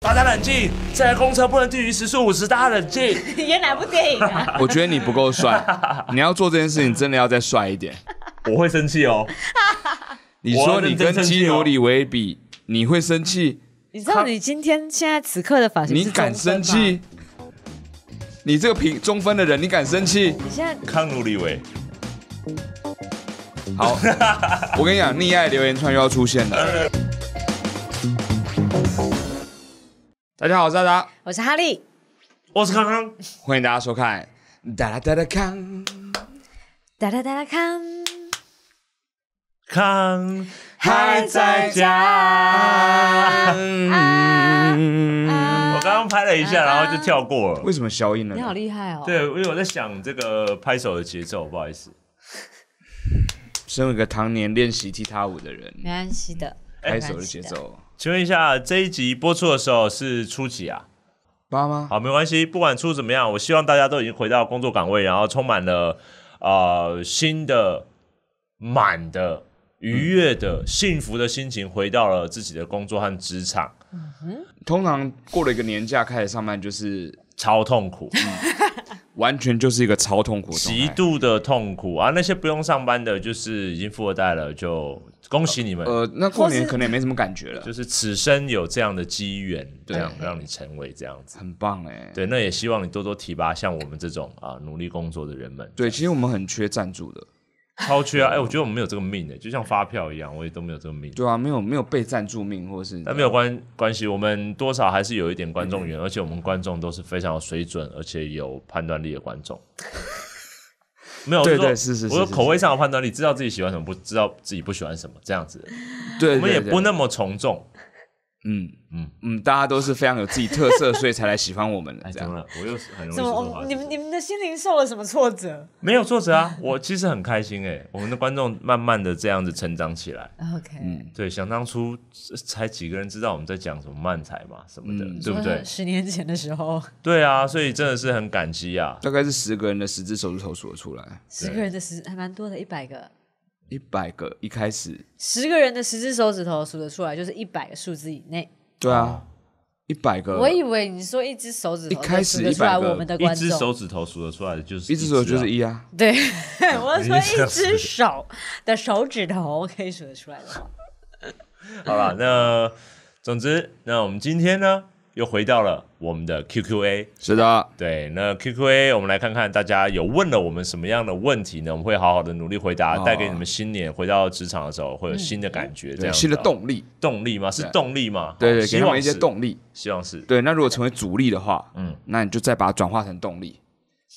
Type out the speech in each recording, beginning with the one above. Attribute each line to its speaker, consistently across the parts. Speaker 1: 大家冷静，这台公车不能低于时速五十，大家冷静。
Speaker 2: 演哪部电影啊？
Speaker 3: 我觉得你不够帅，你要做这件事情真的要再帅一点。
Speaker 1: 我会生气哦，
Speaker 3: 你说你跟
Speaker 1: 我认真生气
Speaker 3: 基
Speaker 1: 哦
Speaker 3: 努里维比，你会生气？
Speaker 2: 你知道你今天现在此刻的发型是
Speaker 3: 你敢
Speaker 2: 中分
Speaker 3: 生
Speaker 2: 吗？
Speaker 3: 气？你这个评中分的人，你敢生气？
Speaker 2: 你现在
Speaker 1: 康努里维，
Speaker 3: 好，我跟你讲，溺爱留言串又要出现了。大家好，我是大家，
Speaker 2: 我是哈利，
Speaker 1: 我是康康。
Speaker 3: 欢迎大家收看《哒啦哒啦康》。
Speaker 2: 哒哒哒哒看，
Speaker 1: 康，
Speaker 3: 还在家。
Speaker 2: 啊
Speaker 3: 嗯
Speaker 1: 我刚刚拍了一下，然后就跳过了。
Speaker 3: 为什么消音了
Speaker 2: 你
Speaker 3: 呢
Speaker 2: 好？厉害哦！
Speaker 1: 对，因为我在想这个拍手的节奏，不好意思。
Speaker 3: 身为一个常年练习踢踏舞的人，
Speaker 2: 没关系的，
Speaker 3: 拍手的哎节奏，
Speaker 1: 请问一下，这一集播出的时候是初几啊？
Speaker 3: 八吗？
Speaker 1: 好，没关系，不管出怎么样，我希望大家都已经回到工作岗位，然后充满了呃新的、满的、愉悦的、幸福的心情，回到了自己的工作和职场。
Speaker 3: 通常过了一个年假开始上班，就是
Speaker 1: 超痛苦，
Speaker 3: 完全就是一个超痛苦的状态
Speaker 1: 极度的痛苦啊！那些不用上班的，就是已经富二代了，就恭喜你们，
Speaker 3: 呃，那过
Speaker 2: 或
Speaker 3: 年
Speaker 2: 是
Speaker 3: 可能也没什么感觉了
Speaker 1: 就，是此生有这样的机缘，这
Speaker 3: 对
Speaker 1: 样让你成为这样子。
Speaker 3: 很棒哎。
Speaker 1: 对，那也希望你多多提拔像我们这种啊、努力工作的人们，
Speaker 3: 对，其实我们很缺赞助的，
Speaker 1: 超缺啊！哎、我觉得我们没有这个命的、就像发票一样，我也都没有这个命。
Speaker 3: 对啊，没有没有被赞助命，或是
Speaker 1: 但没有关关系，我们多少还是有一点观众
Speaker 3: 嗯
Speaker 1: 缘，而且我们观众都是非常有水准，而且有判断力的观 众。没有，我
Speaker 3: 对
Speaker 1: 说
Speaker 3: 对是是是
Speaker 1: 我有
Speaker 3: 是
Speaker 1: 口味上的判断力，知道自己喜欢什么，不知道自己不喜欢什么，这样子，
Speaker 3: 对，
Speaker 1: 我们也
Speaker 3: 对对
Speaker 1: 不那么从众。
Speaker 3: 嗯
Speaker 1: 嗯
Speaker 3: 嗯嗯，大家都是非常有自己特色，所以才来喜欢我们的
Speaker 1: 哎，
Speaker 3: 这
Speaker 1: 怎
Speaker 3: 样
Speaker 1: 么。了？我又是很容易
Speaker 2: 怎
Speaker 1: 说
Speaker 2: 么？
Speaker 1: 错话
Speaker 2: 我你们你们的心灵受了什么挫折
Speaker 1: 没有挫折啊，我其实很开心哎、我们的观众慢慢的这样子成长起来。
Speaker 2: ？OK，
Speaker 3: 嗯
Speaker 1: 对，想当初呃才几个人知道我们在讲什么漫才嘛什么的，对不对？
Speaker 2: 十年前的时候，
Speaker 1: 对啊，所以真的是很感激啊。
Speaker 3: 大概是十个人的十只手指头数得出来，
Speaker 2: 十个人的十还蛮多的，一百个。
Speaker 3: 一百个一开始，
Speaker 1: 哦
Speaker 2: 十个人的十只手指头数得出来，就是一百个数字以内。
Speaker 3: 对啊，一百个，
Speaker 2: 我以为你说一只手指头
Speaker 3: 呃一开
Speaker 2: 就
Speaker 3: 始
Speaker 2: 数得出来
Speaker 3: 100个
Speaker 2: 我们的
Speaker 1: 一
Speaker 2: 观
Speaker 1: 只
Speaker 2: 众，
Speaker 1: 手指头数得出来的就是
Speaker 3: 一只手就
Speaker 1: 啊
Speaker 3: 是一啊，
Speaker 2: 对，我说
Speaker 1: 你
Speaker 2: 一只手的手指头可以数得出来的话，
Speaker 1: 好了，那总之，那我们今天呢又回到了我们的 Q&A。
Speaker 3: 是的，
Speaker 1: 对，那 Q&A 我们来看看大家有问了我们什么样的问题呢？我们会好好的努力回答，
Speaker 3: 哦
Speaker 1: 带给你们新年回到职场的时候会有新的感觉，这
Speaker 3: 对，
Speaker 1: 样子
Speaker 3: 新的
Speaker 1: 哦
Speaker 3: 动力，
Speaker 1: 动力吗？是
Speaker 3: 对
Speaker 1: 动力吗？
Speaker 3: 对
Speaker 2: 哦
Speaker 1: 好
Speaker 3: 对，给
Speaker 1: 希
Speaker 3: 他们
Speaker 1: 望
Speaker 3: 一些
Speaker 1: 是，
Speaker 3: 动力，
Speaker 1: 希望是。
Speaker 3: 对，那如果成为阻力的话，
Speaker 1: 嗯
Speaker 3: 嗯，那你就再把它转化成动力，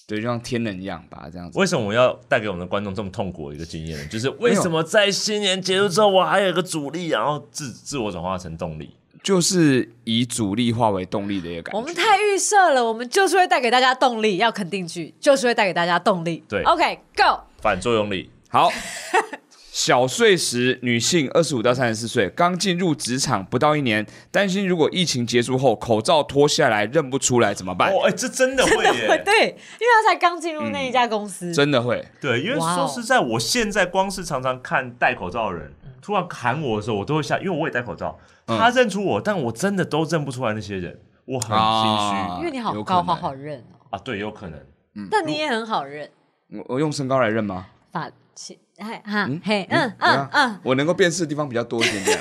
Speaker 3: 对，就像天人一样，把它这样子。
Speaker 1: 为什么我要带给我们的观众这么痛苦的一个经验呢？就是为什么在新年结束之后，我还有一个阻力，然后自自我转化成动力？
Speaker 3: 就是以阻力化为动力的一个感
Speaker 2: 我
Speaker 3: 觉。
Speaker 2: 们太预设了，我们就是会带给大家动力，要肯定句，就是会带给大家动力。
Speaker 1: 对
Speaker 2: ，OK，Go，、
Speaker 1: 反作用力，
Speaker 3: 好，小岁时女性，二十五到三十四岁，刚进入职场不到一年，担心如果疫情结束后口罩脱下来认不出来怎么办？
Speaker 1: 哦，哎、这真的会耶，
Speaker 2: 对，因为他才刚进入那一家公司，
Speaker 3: 嗯真的会，
Speaker 1: 对，因为
Speaker 2: 哇
Speaker 1: 说
Speaker 2: 哦
Speaker 1: 实在，我现在光是常常看戴口罩的人，
Speaker 2: 嗯
Speaker 1: 突然喊我的时候，我都会吓，因为我也戴口罩，
Speaker 3: 嗯
Speaker 1: 他认出我，但我真的都认不出来那些人，我很心虚
Speaker 3: 啊
Speaker 2: 因为你好
Speaker 3: 有可
Speaker 2: 高，
Speaker 3: 能嗯
Speaker 2: 好好认哦，
Speaker 1: 啊。对，有可能，
Speaker 2: 但你也很好认，
Speaker 3: 我我用身高来认吗？
Speaker 2: 发起，哎哈嘿，
Speaker 3: 嗯
Speaker 2: 嗯嗯嗯，，
Speaker 3: 我能够辨识的地方比较多一点 点，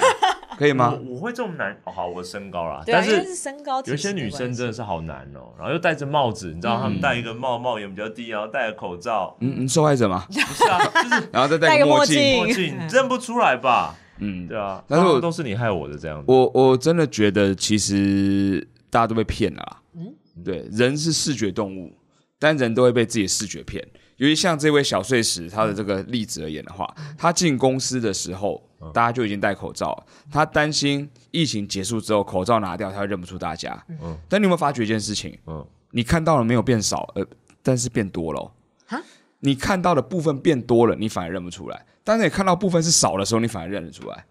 Speaker 3: 可以
Speaker 1: 我
Speaker 3: 吗？
Speaker 1: 我会这么难。哦、好，我身高啦，
Speaker 2: 对啊，
Speaker 1: 但
Speaker 2: 因为
Speaker 1: 是
Speaker 2: 是身高，
Speaker 1: 有一些女生真的是好难哦，然后又戴着帽子，你知道她们戴一个帽，帽檐比较低，然后戴个口罩，
Speaker 3: 嗯嗯，受害者 嘛，
Speaker 1: 不是啊，就是
Speaker 3: 然后再
Speaker 2: 戴
Speaker 3: 戴
Speaker 2: 个
Speaker 3: 个
Speaker 2: 墨
Speaker 3: 墨
Speaker 2: 镜
Speaker 3: 镜。
Speaker 1: 墨镜认不出来吧？嗯，对啊，
Speaker 3: 但是我
Speaker 1: 通常都是你害我的这样子。
Speaker 3: 我我真的觉得，其实大家都被骗了啦。嗯，对，人是视觉动物，但人都会被自己的视觉骗。尤其像这位小碎石他的这个例子而言的话，他进公司的时候，
Speaker 1: 嗯
Speaker 3: 大家就已经戴口罩了。他担心疫情结束之后口罩拿掉，他会认不出大家。嗯，但你有没有发觉一件事情？
Speaker 1: 嗯
Speaker 3: 嗯，你看到了没有变少，呃，但是变多了、哦。你看到的部分变多了，你反而认不出来；但是你看到部分是少的时候，你反而认得出来。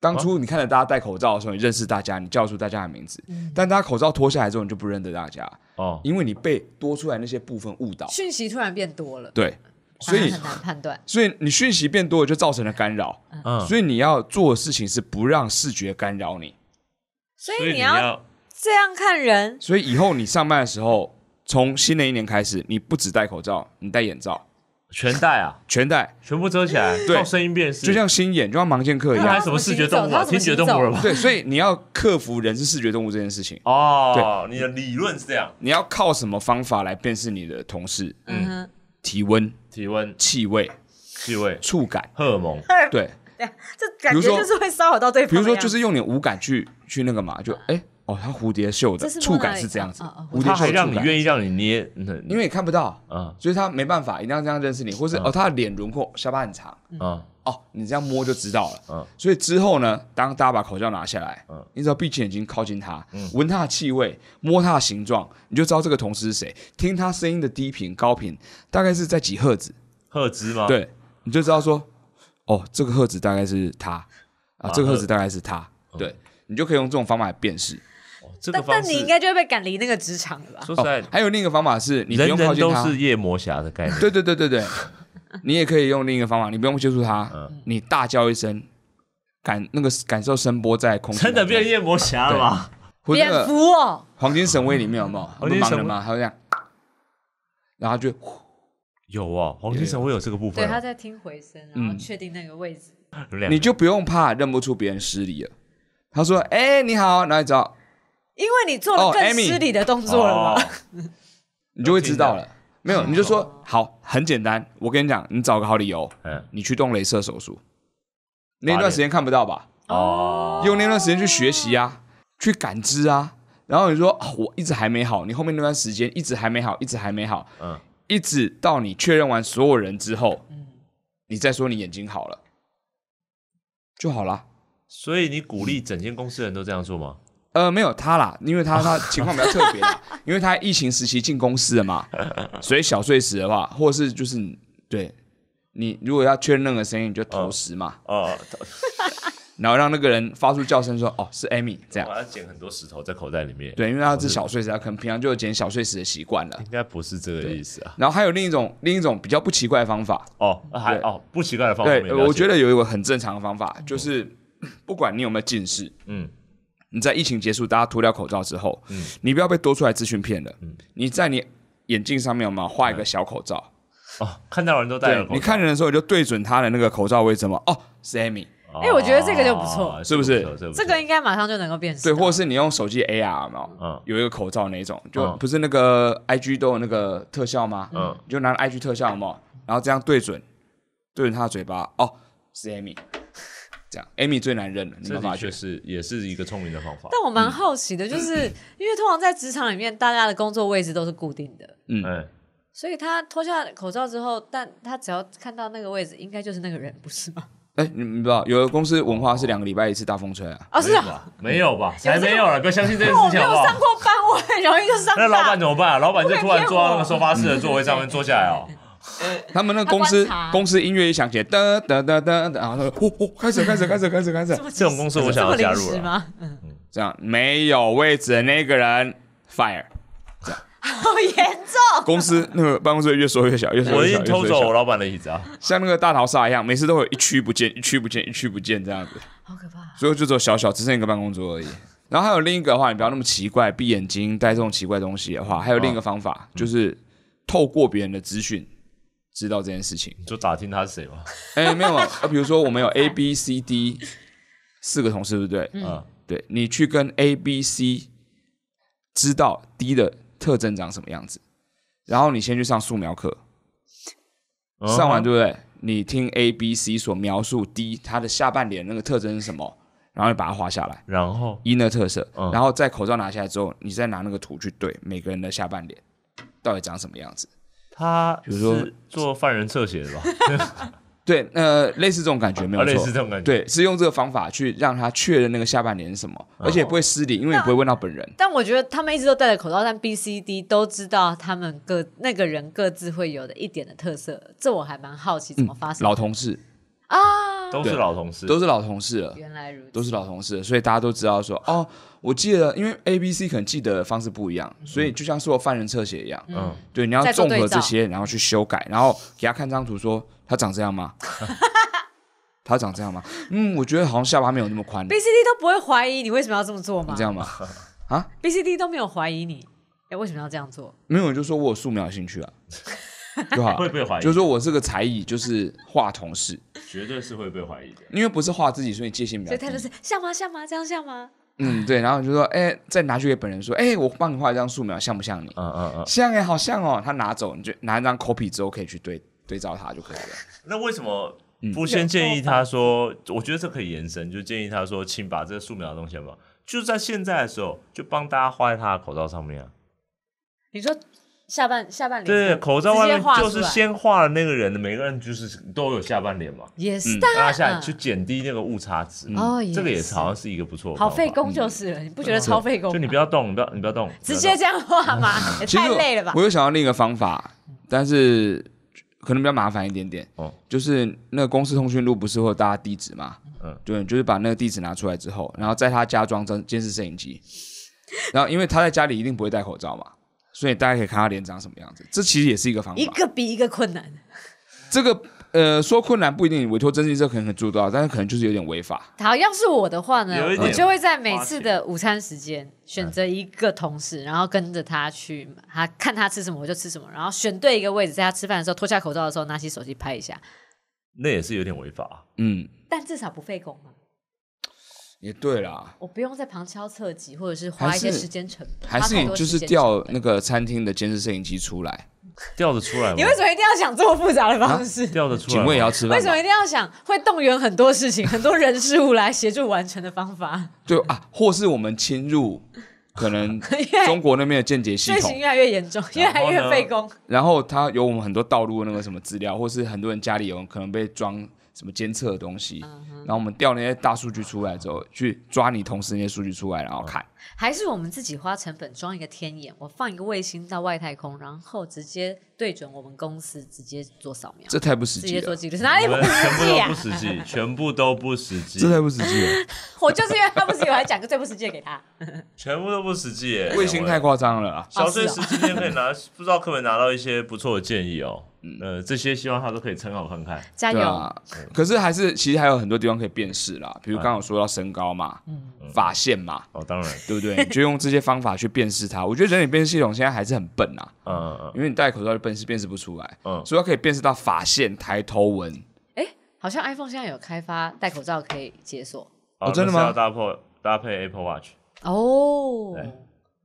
Speaker 3: 当初你看着大家戴口罩的时候，你认识大家，你叫出大家的名字，
Speaker 2: 嗯
Speaker 3: 但大家口罩脱下来之后，你就不认得大家，
Speaker 1: 哦，
Speaker 3: 因为你被多出来那些部分误导。
Speaker 2: 讯息突然变多了，
Speaker 3: 对，所
Speaker 2: 反而
Speaker 3: 以
Speaker 2: 很难判断。
Speaker 3: 所以你讯息变多了，就造成了干扰。
Speaker 1: 嗯，
Speaker 3: 所以你要做的事情是不让视觉干扰你。
Speaker 2: 所
Speaker 1: 所
Speaker 2: 以
Speaker 1: 以
Speaker 2: 你
Speaker 1: 你
Speaker 2: 要
Speaker 1: 要
Speaker 2: 这样看人，
Speaker 3: 所以以后你上班的时候，从新的一年开始，你不只戴口罩，你戴眼罩，
Speaker 1: 全戴啊，
Speaker 3: 全戴，
Speaker 1: 全部遮起来，
Speaker 3: 对
Speaker 1: 靠声音辨识，
Speaker 3: 就像心眼，就像盲剑客一
Speaker 1: 那
Speaker 3: 样。
Speaker 1: 还什么视觉动物啊，
Speaker 2: 他怎么
Speaker 1: 听
Speaker 2: 行
Speaker 1: 觉
Speaker 2: 走
Speaker 1: 动物了吧？
Speaker 3: 对，所以你要克服人是视觉动物这件事情，
Speaker 1: 哦，你的理论是这样，
Speaker 3: 你要靠什么方法来辨识你的同事？
Speaker 2: 嗯哼，
Speaker 3: 体温、
Speaker 1: 体温、
Speaker 3: 气味、
Speaker 1: 气味、
Speaker 3: 触感，
Speaker 1: 荷尔蒙，
Speaker 3: 对，
Speaker 2: 啊这感
Speaker 3: 比
Speaker 2: 觉
Speaker 3: 如说
Speaker 2: 就是会骚扰到对方
Speaker 3: 比
Speaker 2: 的
Speaker 3: 如
Speaker 2: 样子。
Speaker 3: 说就是用你的五感去去那个嘛，就哎哦，它蝴蝶袖的
Speaker 2: 这是摸
Speaker 3: 触
Speaker 2: 哪
Speaker 3: 感
Speaker 2: 里
Speaker 3: 是这样子
Speaker 2: 哦哦，
Speaker 3: 蝴蝶
Speaker 1: 他
Speaker 3: 袖
Speaker 1: 还
Speaker 3: 的
Speaker 1: 让
Speaker 3: 触
Speaker 1: 你
Speaker 3: 感，
Speaker 1: 愿意让你捏，嗯
Speaker 3: 因为你看不到，
Speaker 1: 啊
Speaker 3: 所以他没办法，一定要这样认识你，或是
Speaker 1: 嗯
Speaker 3: 哦他的脸轮廓、下巴很长，
Speaker 2: 嗯
Speaker 1: 啊，
Speaker 3: 哦，你这样摸就知道了。
Speaker 1: 嗯
Speaker 3: 所以之后呢，当大家把口罩拿下来，
Speaker 1: 嗯
Speaker 3: 你只要闭起眼睛靠近它，闻它的气味，摸它的形状，你就知道这个同事是谁。听它声音的低频、高频，大概是在几赫兹，
Speaker 1: 赫兹吗？，
Speaker 3: 对，你就知道说，哦，这个赫兹大概是他，啊，这个赫兹大概是他，
Speaker 1: 嗯
Speaker 3: 对，你就可以用这种方法来辨识。
Speaker 1: 哦这个
Speaker 2: 但
Speaker 1: 方
Speaker 2: 但
Speaker 1: 式
Speaker 2: 你应该就会被赶离那个职场了吧？
Speaker 1: 说实
Speaker 3: 哦
Speaker 1: 在，，
Speaker 3: 还有另一个方法是，你不
Speaker 1: 人
Speaker 3: 用靠
Speaker 1: 人
Speaker 3: 近
Speaker 1: 都
Speaker 3: 他，
Speaker 1: 是夜魔侠的概 念，
Speaker 3: 对对对对对，你也可以用另一个方法，你不用接触它，
Speaker 1: 嗯
Speaker 3: 你大叫一声，感那个感受声波在空气
Speaker 1: 真的
Speaker 3: 当中
Speaker 1: 变夜魔侠了吧？
Speaker 3: 或者
Speaker 2: 蝙
Speaker 3: 那个
Speaker 2: 蝠哦，
Speaker 3: 黄金神威里面有没有？
Speaker 1: 黄金神威
Speaker 3: 不是盲人吗？他会这样，然后就
Speaker 1: 有啊，黄金神会有这个部
Speaker 2: 对，
Speaker 1: 分
Speaker 2: 他
Speaker 1: 啊，
Speaker 2: 在听回声，然后确定那个位置。
Speaker 1: 有两个
Speaker 3: 你就不用怕认不出别人失礼了。他说：“哎、你好。”然后你知道，
Speaker 2: 因为你做了
Speaker 3: 哦
Speaker 2: 更
Speaker 3: ，Amy
Speaker 2: 失礼的动作了吧？
Speaker 1: 哦
Speaker 3: 你就会知道了。没
Speaker 1: 嗯
Speaker 3: 有，你就说好，很简单。我跟你讲，你找个好理由，
Speaker 1: 嗯
Speaker 3: 你去动镭射手术。
Speaker 1: 打
Speaker 3: 那
Speaker 1: 脸
Speaker 3: 段时间看不到吧？
Speaker 1: 哦，
Speaker 3: 用那段时间去学习啊，去感知啊。然后你说、啊我一直还没好，你后面那段时间一直还没好，一直还没好，
Speaker 1: 嗯
Speaker 3: 一直到你确认完所有人之后，你再说你眼睛好了就好啦。
Speaker 1: 所以你鼓励整间公司的人都这样做吗？
Speaker 3: 呃，没有他啦，因为他他情况比较特别啦，因为他疫情时期进公司了嘛，所以小碎石的话，或者是就是你对你如果要确认那个声音，你就投石嘛，
Speaker 1: 哦，
Speaker 3: 然后让那个人发出叫声说哦是 Amy 这样
Speaker 1: 我，要捡很多石头在口袋里面，
Speaker 3: 对，因为他是小碎石，他可能平常就有捡小碎石的习惯了。
Speaker 1: 应该不是这个意思啊。
Speaker 3: 然后还有另一种另一种比较不奇怪的方法，
Speaker 1: 哦，还
Speaker 3: 对
Speaker 1: 哦，不奇怪的方面
Speaker 3: 对，，我觉
Speaker 1: 得
Speaker 3: 得有一个很正常的方法，就是不管你有没有近视，
Speaker 1: 嗯
Speaker 3: 嗯，你在疫情结束大家脱掉口罩之后，嗯，你不要被多出来资讯骗了，你在你眼镜上面有没有画一个小口罩？
Speaker 1: 哦，看到人都戴了
Speaker 3: 对
Speaker 1: 口，罩，
Speaker 3: 你看人的时候你就对准他的那个口罩位置嘛，哦，是 Amy，
Speaker 1: 哦，
Speaker 2: 哎我觉得这个就不错
Speaker 1: 这个
Speaker 3: 是不是
Speaker 1: 错
Speaker 2: 这个应该马上就能够辨识
Speaker 3: 对，
Speaker 2: 到。
Speaker 3: 或者是你用手机 AR 嘛，
Speaker 1: 嗯
Speaker 3: 有一个口罩那一种，就
Speaker 1: 嗯
Speaker 3: 不是那个 IG 都有那个特效吗？
Speaker 1: 嗯
Speaker 3: 嗯，你就拿 IG 特效嘛，然后这样对准，对准他的嘴巴，哦，是 Amy，这样 Amy 最难认了，你
Speaker 1: 这
Speaker 3: 没
Speaker 1: 的
Speaker 3: 发
Speaker 1: 确
Speaker 3: 觉？
Speaker 1: 是也是一个聪明的方法。
Speaker 2: 但我蛮好奇的，就是、因为通常在职场里面，大家的工作位置都是固定的，
Speaker 1: 嗯，
Speaker 2: 所以他脱下口罩之后，但他只要看到那个位置，应该就是那个人，不是吗？
Speaker 3: 哎、你你不知道，有的公司文化是两个礼拜一次大风吹啊，
Speaker 2: 哦，是
Speaker 1: 没有
Speaker 2: 啊，哦
Speaker 1: 吧？没有 吧？才没有了，不要相信这件
Speaker 2: 我
Speaker 1: 事
Speaker 2: 没
Speaker 1: 情好
Speaker 2: 有
Speaker 1: 不
Speaker 2: 上
Speaker 1: 好？
Speaker 2: 过班，我很容易就上
Speaker 1: 那老板
Speaker 2: 当。
Speaker 1: 怎么办？老板就突然坐到那个
Speaker 2: 不敢骗我
Speaker 1: 收发室的座位上面坐下来 哦，
Speaker 3: 他们那公司
Speaker 2: 他观察
Speaker 3: 公司音乐一响起，噔噔噔噔，然后他说，哦哦，开始了开始了开始了开 始了开始了，
Speaker 1: 这种公司我想
Speaker 2: 这
Speaker 1: 要
Speaker 2: 么
Speaker 1: 加
Speaker 2: 临
Speaker 1: 入
Speaker 2: 时
Speaker 1: 了。
Speaker 2: 吗？
Speaker 3: 这样没有位置的那个人 fire，
Speaker 2: 好严重！
Speaker 3: 公司那个办公室越缩越小，越缩
Speaker 1: 我已
Speaker 3: 越小，
Speaker 1: 经
Speaker 3: 越缩
Speaker 1: 偷
Speaker 3: 越小
Speaker 1: 走我老板的椅子啊！
Speaker 3: 像那个大逃杀一样，每次都会有一区不见，一区不见，一区不见这样子，
Speaker 2: 好可怕！
Speaker 3: 最后就只有小小只剩一个办公桌而已。然后还有另一个的话，你不要那么奇怪，闭眼睛带这种奇怪东西的话，还有另一个方法、就是透过别人的资讯知道这件事情。
Speaker 1: 你就打听他是谁吗？
Speaker 3: 哎，没有，呃，比如说我们有 A、B、C、D 四个同事，对不对？
Speaker 1: 嗯，
Speaker 3: 对你去跟 A、B、C 知道 D 的特征长什么样子，然后你先去上素描课，
Speaker 1: 嗯
Speaker 3: 上完对不对？你听 A、B、C 所描述 D 它的下半脸那个特征是什么，然后你把它画下来，
Speaker 1: 然后
Speaker 3: 一呢特色，
Speaker 1: 嗯
Speaker 3: 然后在口罩拿下来之后，你再拿那个图去对每个人的下半脸到底长什么样子。
Speaker 1: 他比
Speaker 3: 如说
Speaker 1: 做犯人侧写的 吧，
Speaker 3: 对，呃，类似这种感觉没有
Speaker 1: 啊
Speaker 3: 错，
Speaker 1: 类似这种感觉
Speaker 3: 对，是用这个方法去让他确认那个下半脸是什么，
Speaker 1: 嗯
Speaker 3: 而且不会失礼，因为你不会问到本人。
Speaker 2: 但我觉得他们一直都戴着口罩，但 B、C、D 都知道他们各那个人各自会有的一点的特色，这我还蛮好奇怎么发生、
Speaker 3: 嗯老同事
Speaker 2: 啊！
Speaker 1: 都是
Speaker 3: 对
Speaker 1: 老同事，
Speaker 3: 都是老同事了，
Speaker 2: 原来如此，
Speaker 3: 都是老同事了，所以大家都知道说，哦，我记得，因为 A、B、C 可能记得的方式不一样，所以就像说犯人侧写一样，
Speaker 1: 嗯，
Speaker 3: 对，你要
Speaker 2: 再做
Speaker 3: 综
Speaker 2: 对
Speaker 3: 合这
Speaker 2: 照
Speaker 3: 些，然后去修改，然后给他看张图说他长这样吗？ 他长这样吗？嗯，我觉得好像下巴没有那么宽，
Speaker 2: B、C、D 都不会怀疑你为什么要这么做吗
Speaker 3: 这？样吗？啊
Speaker 2: ，B、C、D 都没有怀疑你，哎，为什么要这样做？
Speaker 3: 没有，你就说我有素描兴趣啊，就好
Speaker 1: 会，被怀疑，
Speaker 3: 就说我这个才艺就是画同事，
Speaker 1: 绝对是会被怀疑的。
Speaker 3: 因为不是画自己，所以界限比
Speaker 2: 所
Speaker 3: 较
Speaker 2: 以他就
Speaker 3: 低。
Speaker 2: 是像吗像吗这样像吗？
Speaker 3: 嗯，对，然后你就说，哎、再拿去给本人说，哎、我帮你画一张素描，像不像你？
Speaker 1: 嗯嗯嗯。
Speaker 3: 像哎、好像哦。他拿走，你就拿一张 copy 之后可以去对对照它就可以了。
Speaker 1: 那为什么
Speaker 3: 嗯
Speaker 1: 不先建议他说？我觉得这可以延伸，就建议他说，请把这个素描的东西嘛，就在现在的时候，就帮大家画在他的口罩上面啊。
Speaker 2: 你说下半下半脸
Speaker 1: 对，口罩外面
Speaker 2: 直接画出
Speaker 1: 就
Speaker 2: 来
Speaker 1: 是先画的那个人，每个人就是都有下半脸嘛，
Speaker 2: 也是
Speaker 3: 嗯
Speaker 2: 大
Speaker 1: 拉下来去减低那个误差值。嗯
Speaker 2: 哦，
Speaker 1: 这个也
Speaker 2: 是
Speaker 1: 好像是一个不错的
Speaker 2: 好
Speaker 1: 方法
Speaker 2: 费工就是了，你不觉得超费工吗？
Speaker 1: 嗯就你不要动，你不要，你不要动，
Speaker 2: 直
Speaker 1: 不要
Speaker 2: 接这样画嘛，也
Speaker 3: 嗯其实
Speaker 2: 太
Speaker 3: 我
Speaker 2: 累了吧
Speaker 3: 我？又想到另一个方法，但是可能比较麻烦一点点。
Speaker 1: 哦
Speaker 3: 哦，就是那个公司通讯录不是会有大家地址吗？
Speaker 1: 嗯
Speaker 3: 嗯，对，就是把那个地址拿出来之后，然后在他家装监监视摄影机，然后因为他在家里一定不会戴口罩嘛。所以大家可以看他脸长什么样子，这其实也是一个方法。
Speaker 2: 一个比一个困难，
Speaker 3: 这个呃，说困难不一定，委托征信社可能可以做到，但是可能就是有点违法。
Speaker 2: 好，要是我的话呢
Speaker 1: 有一，点
Speaker 2: 我就会在每次的午餐时间选择一个同事，然后跟着他去，他看他吃什么我就吃什么，然后选对一个位置，在他吃饭的时候脱下口罩的时候拿起手机拍一下，
Speaker 1: 那也是有点违法。啊
Speaker 3: 嗯，
Speaker 2: 但至少不费工嘛，
Speaker 3: 也对啦，
Speaker 2: 我不用在旁敲侧击，或者是花一些
Speaker 3: 还是
Speaker 2: 时间成本，
Speaker 3: 还
Speaker 2: 花
Speaker 3: 是
Speaker 2: 太
Speaker 3: 你
Speaker 2: 多
Speaker 3: 就
Speaker 2: 时
Speaker 3: 是
Speaker 2: 间
Speaker 3: 调
Speaker 2: 成本
Speaker 3: 那个餐厅的监视摄影机出来，
Speaker 1: 吊着出来吗
Speaker 2: 你？为什么一定要想这么复杂的方 式？
Speaker 1: 吊着出来吗，
Speaker 3: 警卫也要吃
Speaker 2: 为
Speaker 3: 饭
Speaker 2: 什
Speaker 3: 吧。
Speaker 2: 么一定要想会动员很多事情、很多人事物来协助完成的方 法？
Speaker 3: 对啊，或是我们侵 入可能
Speaker 2: 因为
Speaker 3: 中国那边的间谍系
Speaker 2: 罪行
Speaker 3: 统，
Speaker 2: 越来越严重，越
Speaker 1: 然后
Speaker 2: 来
Speaker 1: 呢
Speaker 2: 越费工。
Speaker 3: 然后它有我们很多道路的那个什么资料，或是很多人家里有可能被装什么监测的东西，
Speaker 2: 嗯
Speaker 3: 然后我们调那些大数据出来之后，去抓你同事那些数据出来，然后看。
Speaker 2: 还是我们自己花成本装一个天眼，我放一个卫星到外太空，然后直接对准我们公司，直接做扫描，
Speaker 3: 这太不实
Speaker 2: 直
Speaker 3: 际
Speaker 2: 接做
Speaker 3: 了，
Speaker 2: 记录，哪里
Speaker 1: 我
Speaker 2: 不
Speaker 1: 们全部
Speaker 2: 实际
Speaker 1: 都
Speaker 2: 啊
Speaker 1: 不？实际，全部都不实际
Speaker 3: 这，太不实际了，
Speaker 2: 我就是因为他不实际，我还讲个最不实际的给他。
Speaker 1: 全部都不实际耶。
Speaker 3: 卫星太夸张了啊！
Speaker 1: 小碎
Speaker 2: 哦
Speaker 1: 石今天可以拿， 不知道可不可以拿到一些不错的建议哦。
Speaker 3: 嗯
Speaker 1: 呃，这些希望他都可以参考看看。
Speaker 2: 加
Speaker 3: 对
Speaker 2: 油！
Speaker 3: 啊，可是还是其实还有很多地方可以辨识啦，比如刚刚有说到身高嘛，
Speaker 2: 嗯
Speaker 3: 发线嘛，
Speaker 1: 哦，当然，
Speaker 3: 对不对？你就用这些方法去辨识它。我觉得人脸辨识系统现在还是很笨啊，
Speaker 1: 嗯嗯嗯，
Speaker 3: 因为你戴口罩就辨识辨识不出来，
Speaker 1: 嗯
Speaker 3: 所以它可以辨识到发线、抬头纹。
Speaker 2: 哎、好像 iPhone 现在有开发戴口罩可以解锁
Speaker 1: 好
Speaker 3: 真的
Speaker 1: 那
Speaker 3: 吗
Speaker 1: 是要搭配搭配 Apple Watch，
Speaker 2: 哦，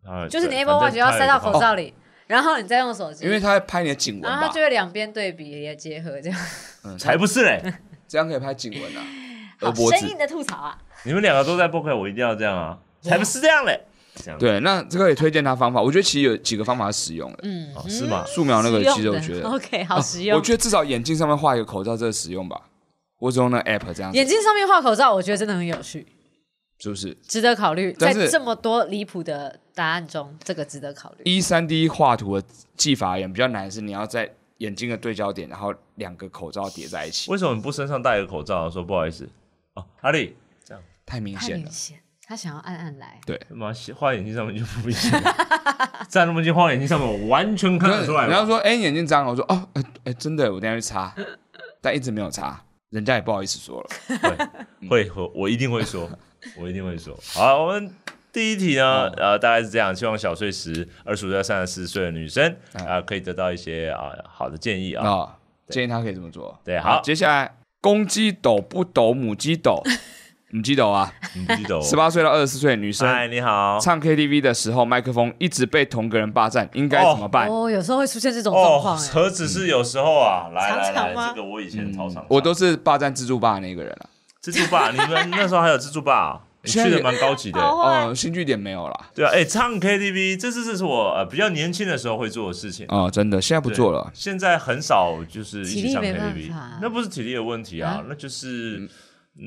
Speaker 1: 啊
Speaker 2: 就是你
Speaker 1: 对
Speaker 2: Apple
Speaker 1: 反
Speaker 2: Watch
Speaker 1: 正哦
Speaker 2: 要塞到
Speaker 1: 它有一个
Speaker 2: 口罩里，然后你再用手机，
Speaker 3: 因为它会拍你的颈纹
Speaker 2: 然后啊
Speaker 3: 吧嗯
Speaker 2: 它就，会两边对比也结合这样。
Speaker 1: 方法，才不是嘞！
Speaker 3: 这样可以拍颈纹啊，
Speaker 2: 好
Speaker 3: 额脖
Speaker 2: 生
Speaker 3: 子
Speaker 2: 硬。的吐槽啊！
Speaker 1: 你们两个都在 b o k 我一定要这样啊，才不是这样嘞！这样
Speaker 3: 对，那这个也推荐它方法，我觉得其实有几个方法是实用的。
Speaker 2: 嗯，
Speaker 1: 哦是吗？
Speaker 3: 素描那个
Speaker 2: 实用
Speaker 3: 其实我
Speaker 2: 的
Speaker 3: 觉 得，啊
Speaker 2: OK，好实用。
Speaker 3: 我觉得至少眼镜上面画一个口罩，这个实用吧。我只用那 app 这样子
Speaker 2: 眼，镜上面画口罩，我觉得真的很有趣，
Speaker 3: 是不是？
Speaker 2: 值得考虑。在
Speaker 3: 但是
Speaker 2: 这么多离谱的答案中，这个值得考虑。
Speaker 3: 一三 D 画图的技法而言比较难，是你要在眼睛的对焦点，然后两个口罩叠在一起，
Speaker 1: 为什么你不身上戴一个口罩？啊说不好意思，哦，阿丽，
Speaker 3: 太明
Speaker 2: 太
Speaker 3: 显
Speaker 2: 明
Speaker 3: 了。
Speaker 2: 显，他想要暗暗来。
Speaker 1: 妈画眼镜上面就不一样了， 站那么近画眼镜上面，我完全看得出来
Speaker 3: 然后
Speaker 1: 嘛。
Speaker 3: 说：“哎、你眼睛脏了。”我说：“哦，哎、哎真的，我等一下去擦。” 但一直没有擦，人家也不好意思说了。嗯
Speaker 1: 会会，我一定会说，我一定会说。好，我们第一题
Speaker 3: 哦
Speaker 1: 呢，呃，大概是这样，希望小碎石二十五到三十四岁的女生
Speaker 3: 嗯
Speaker 1: 啊，可以得到一些啊好的建议
Speaker 3: 啊、
Speaker 1: 啊。
Speaker 3: 建议他可以这么做。
Speaker 1: 对好
Speaker 3: 接下来公鸡抖不抖母 鸡抖？母鸡抖啊！
Speaker 1: 你不记 得我？
Speaker 3: 十八岁到二十四岁的女生
Speaker 1: 哦嗨，你好。
Speaker 3: 唱 KTV 的时候，麦克风一直被同个人霸占，应该怎么办？
Speaker 2: 哦，有时候会出现这种状况
Speaker 1: 哦，
Speaker 2: 哎。
Speaker 1: 何止是有时候啊！来来
Speaker 2: 常常
Speaker 1: 来，
Speaker 2: 吗
Speaker 1: 这个我以前超常唱，
Speaker 3: 嗯我都是霸占自助吧那个人啊了、
Speaker 1: 蜘蛛爸，你们那时候还有蜘蛛爸，啊你去
Speaker 3: 现在
Speaker 1: 的
Speaker 3: 也
Speaker 1: 蛮高级的。
Speaker 2: 好
Speaker 3: 啊。哦、新据点没有啦。
Speaker 1: 对啊，哎、唱 KTV，这是这是我呃比较年轻的时候会做的事情。
Speaker 3: 哦，真的，现在不
Speaker 1: 对
Speaker 3: 做了。
Speaker 1: 现在很少就是一
Speaker 2: 体
Speaker 1: 起
Speaker 2: 力
Speaker 1: 唱
Speaker 2: 没办法
Speaker 1: KTV，那不是体力的问题啊，
Speaker 2: 啊
Speaker 1: 那
Speaker 3: 嗯
Speaker 1: 就是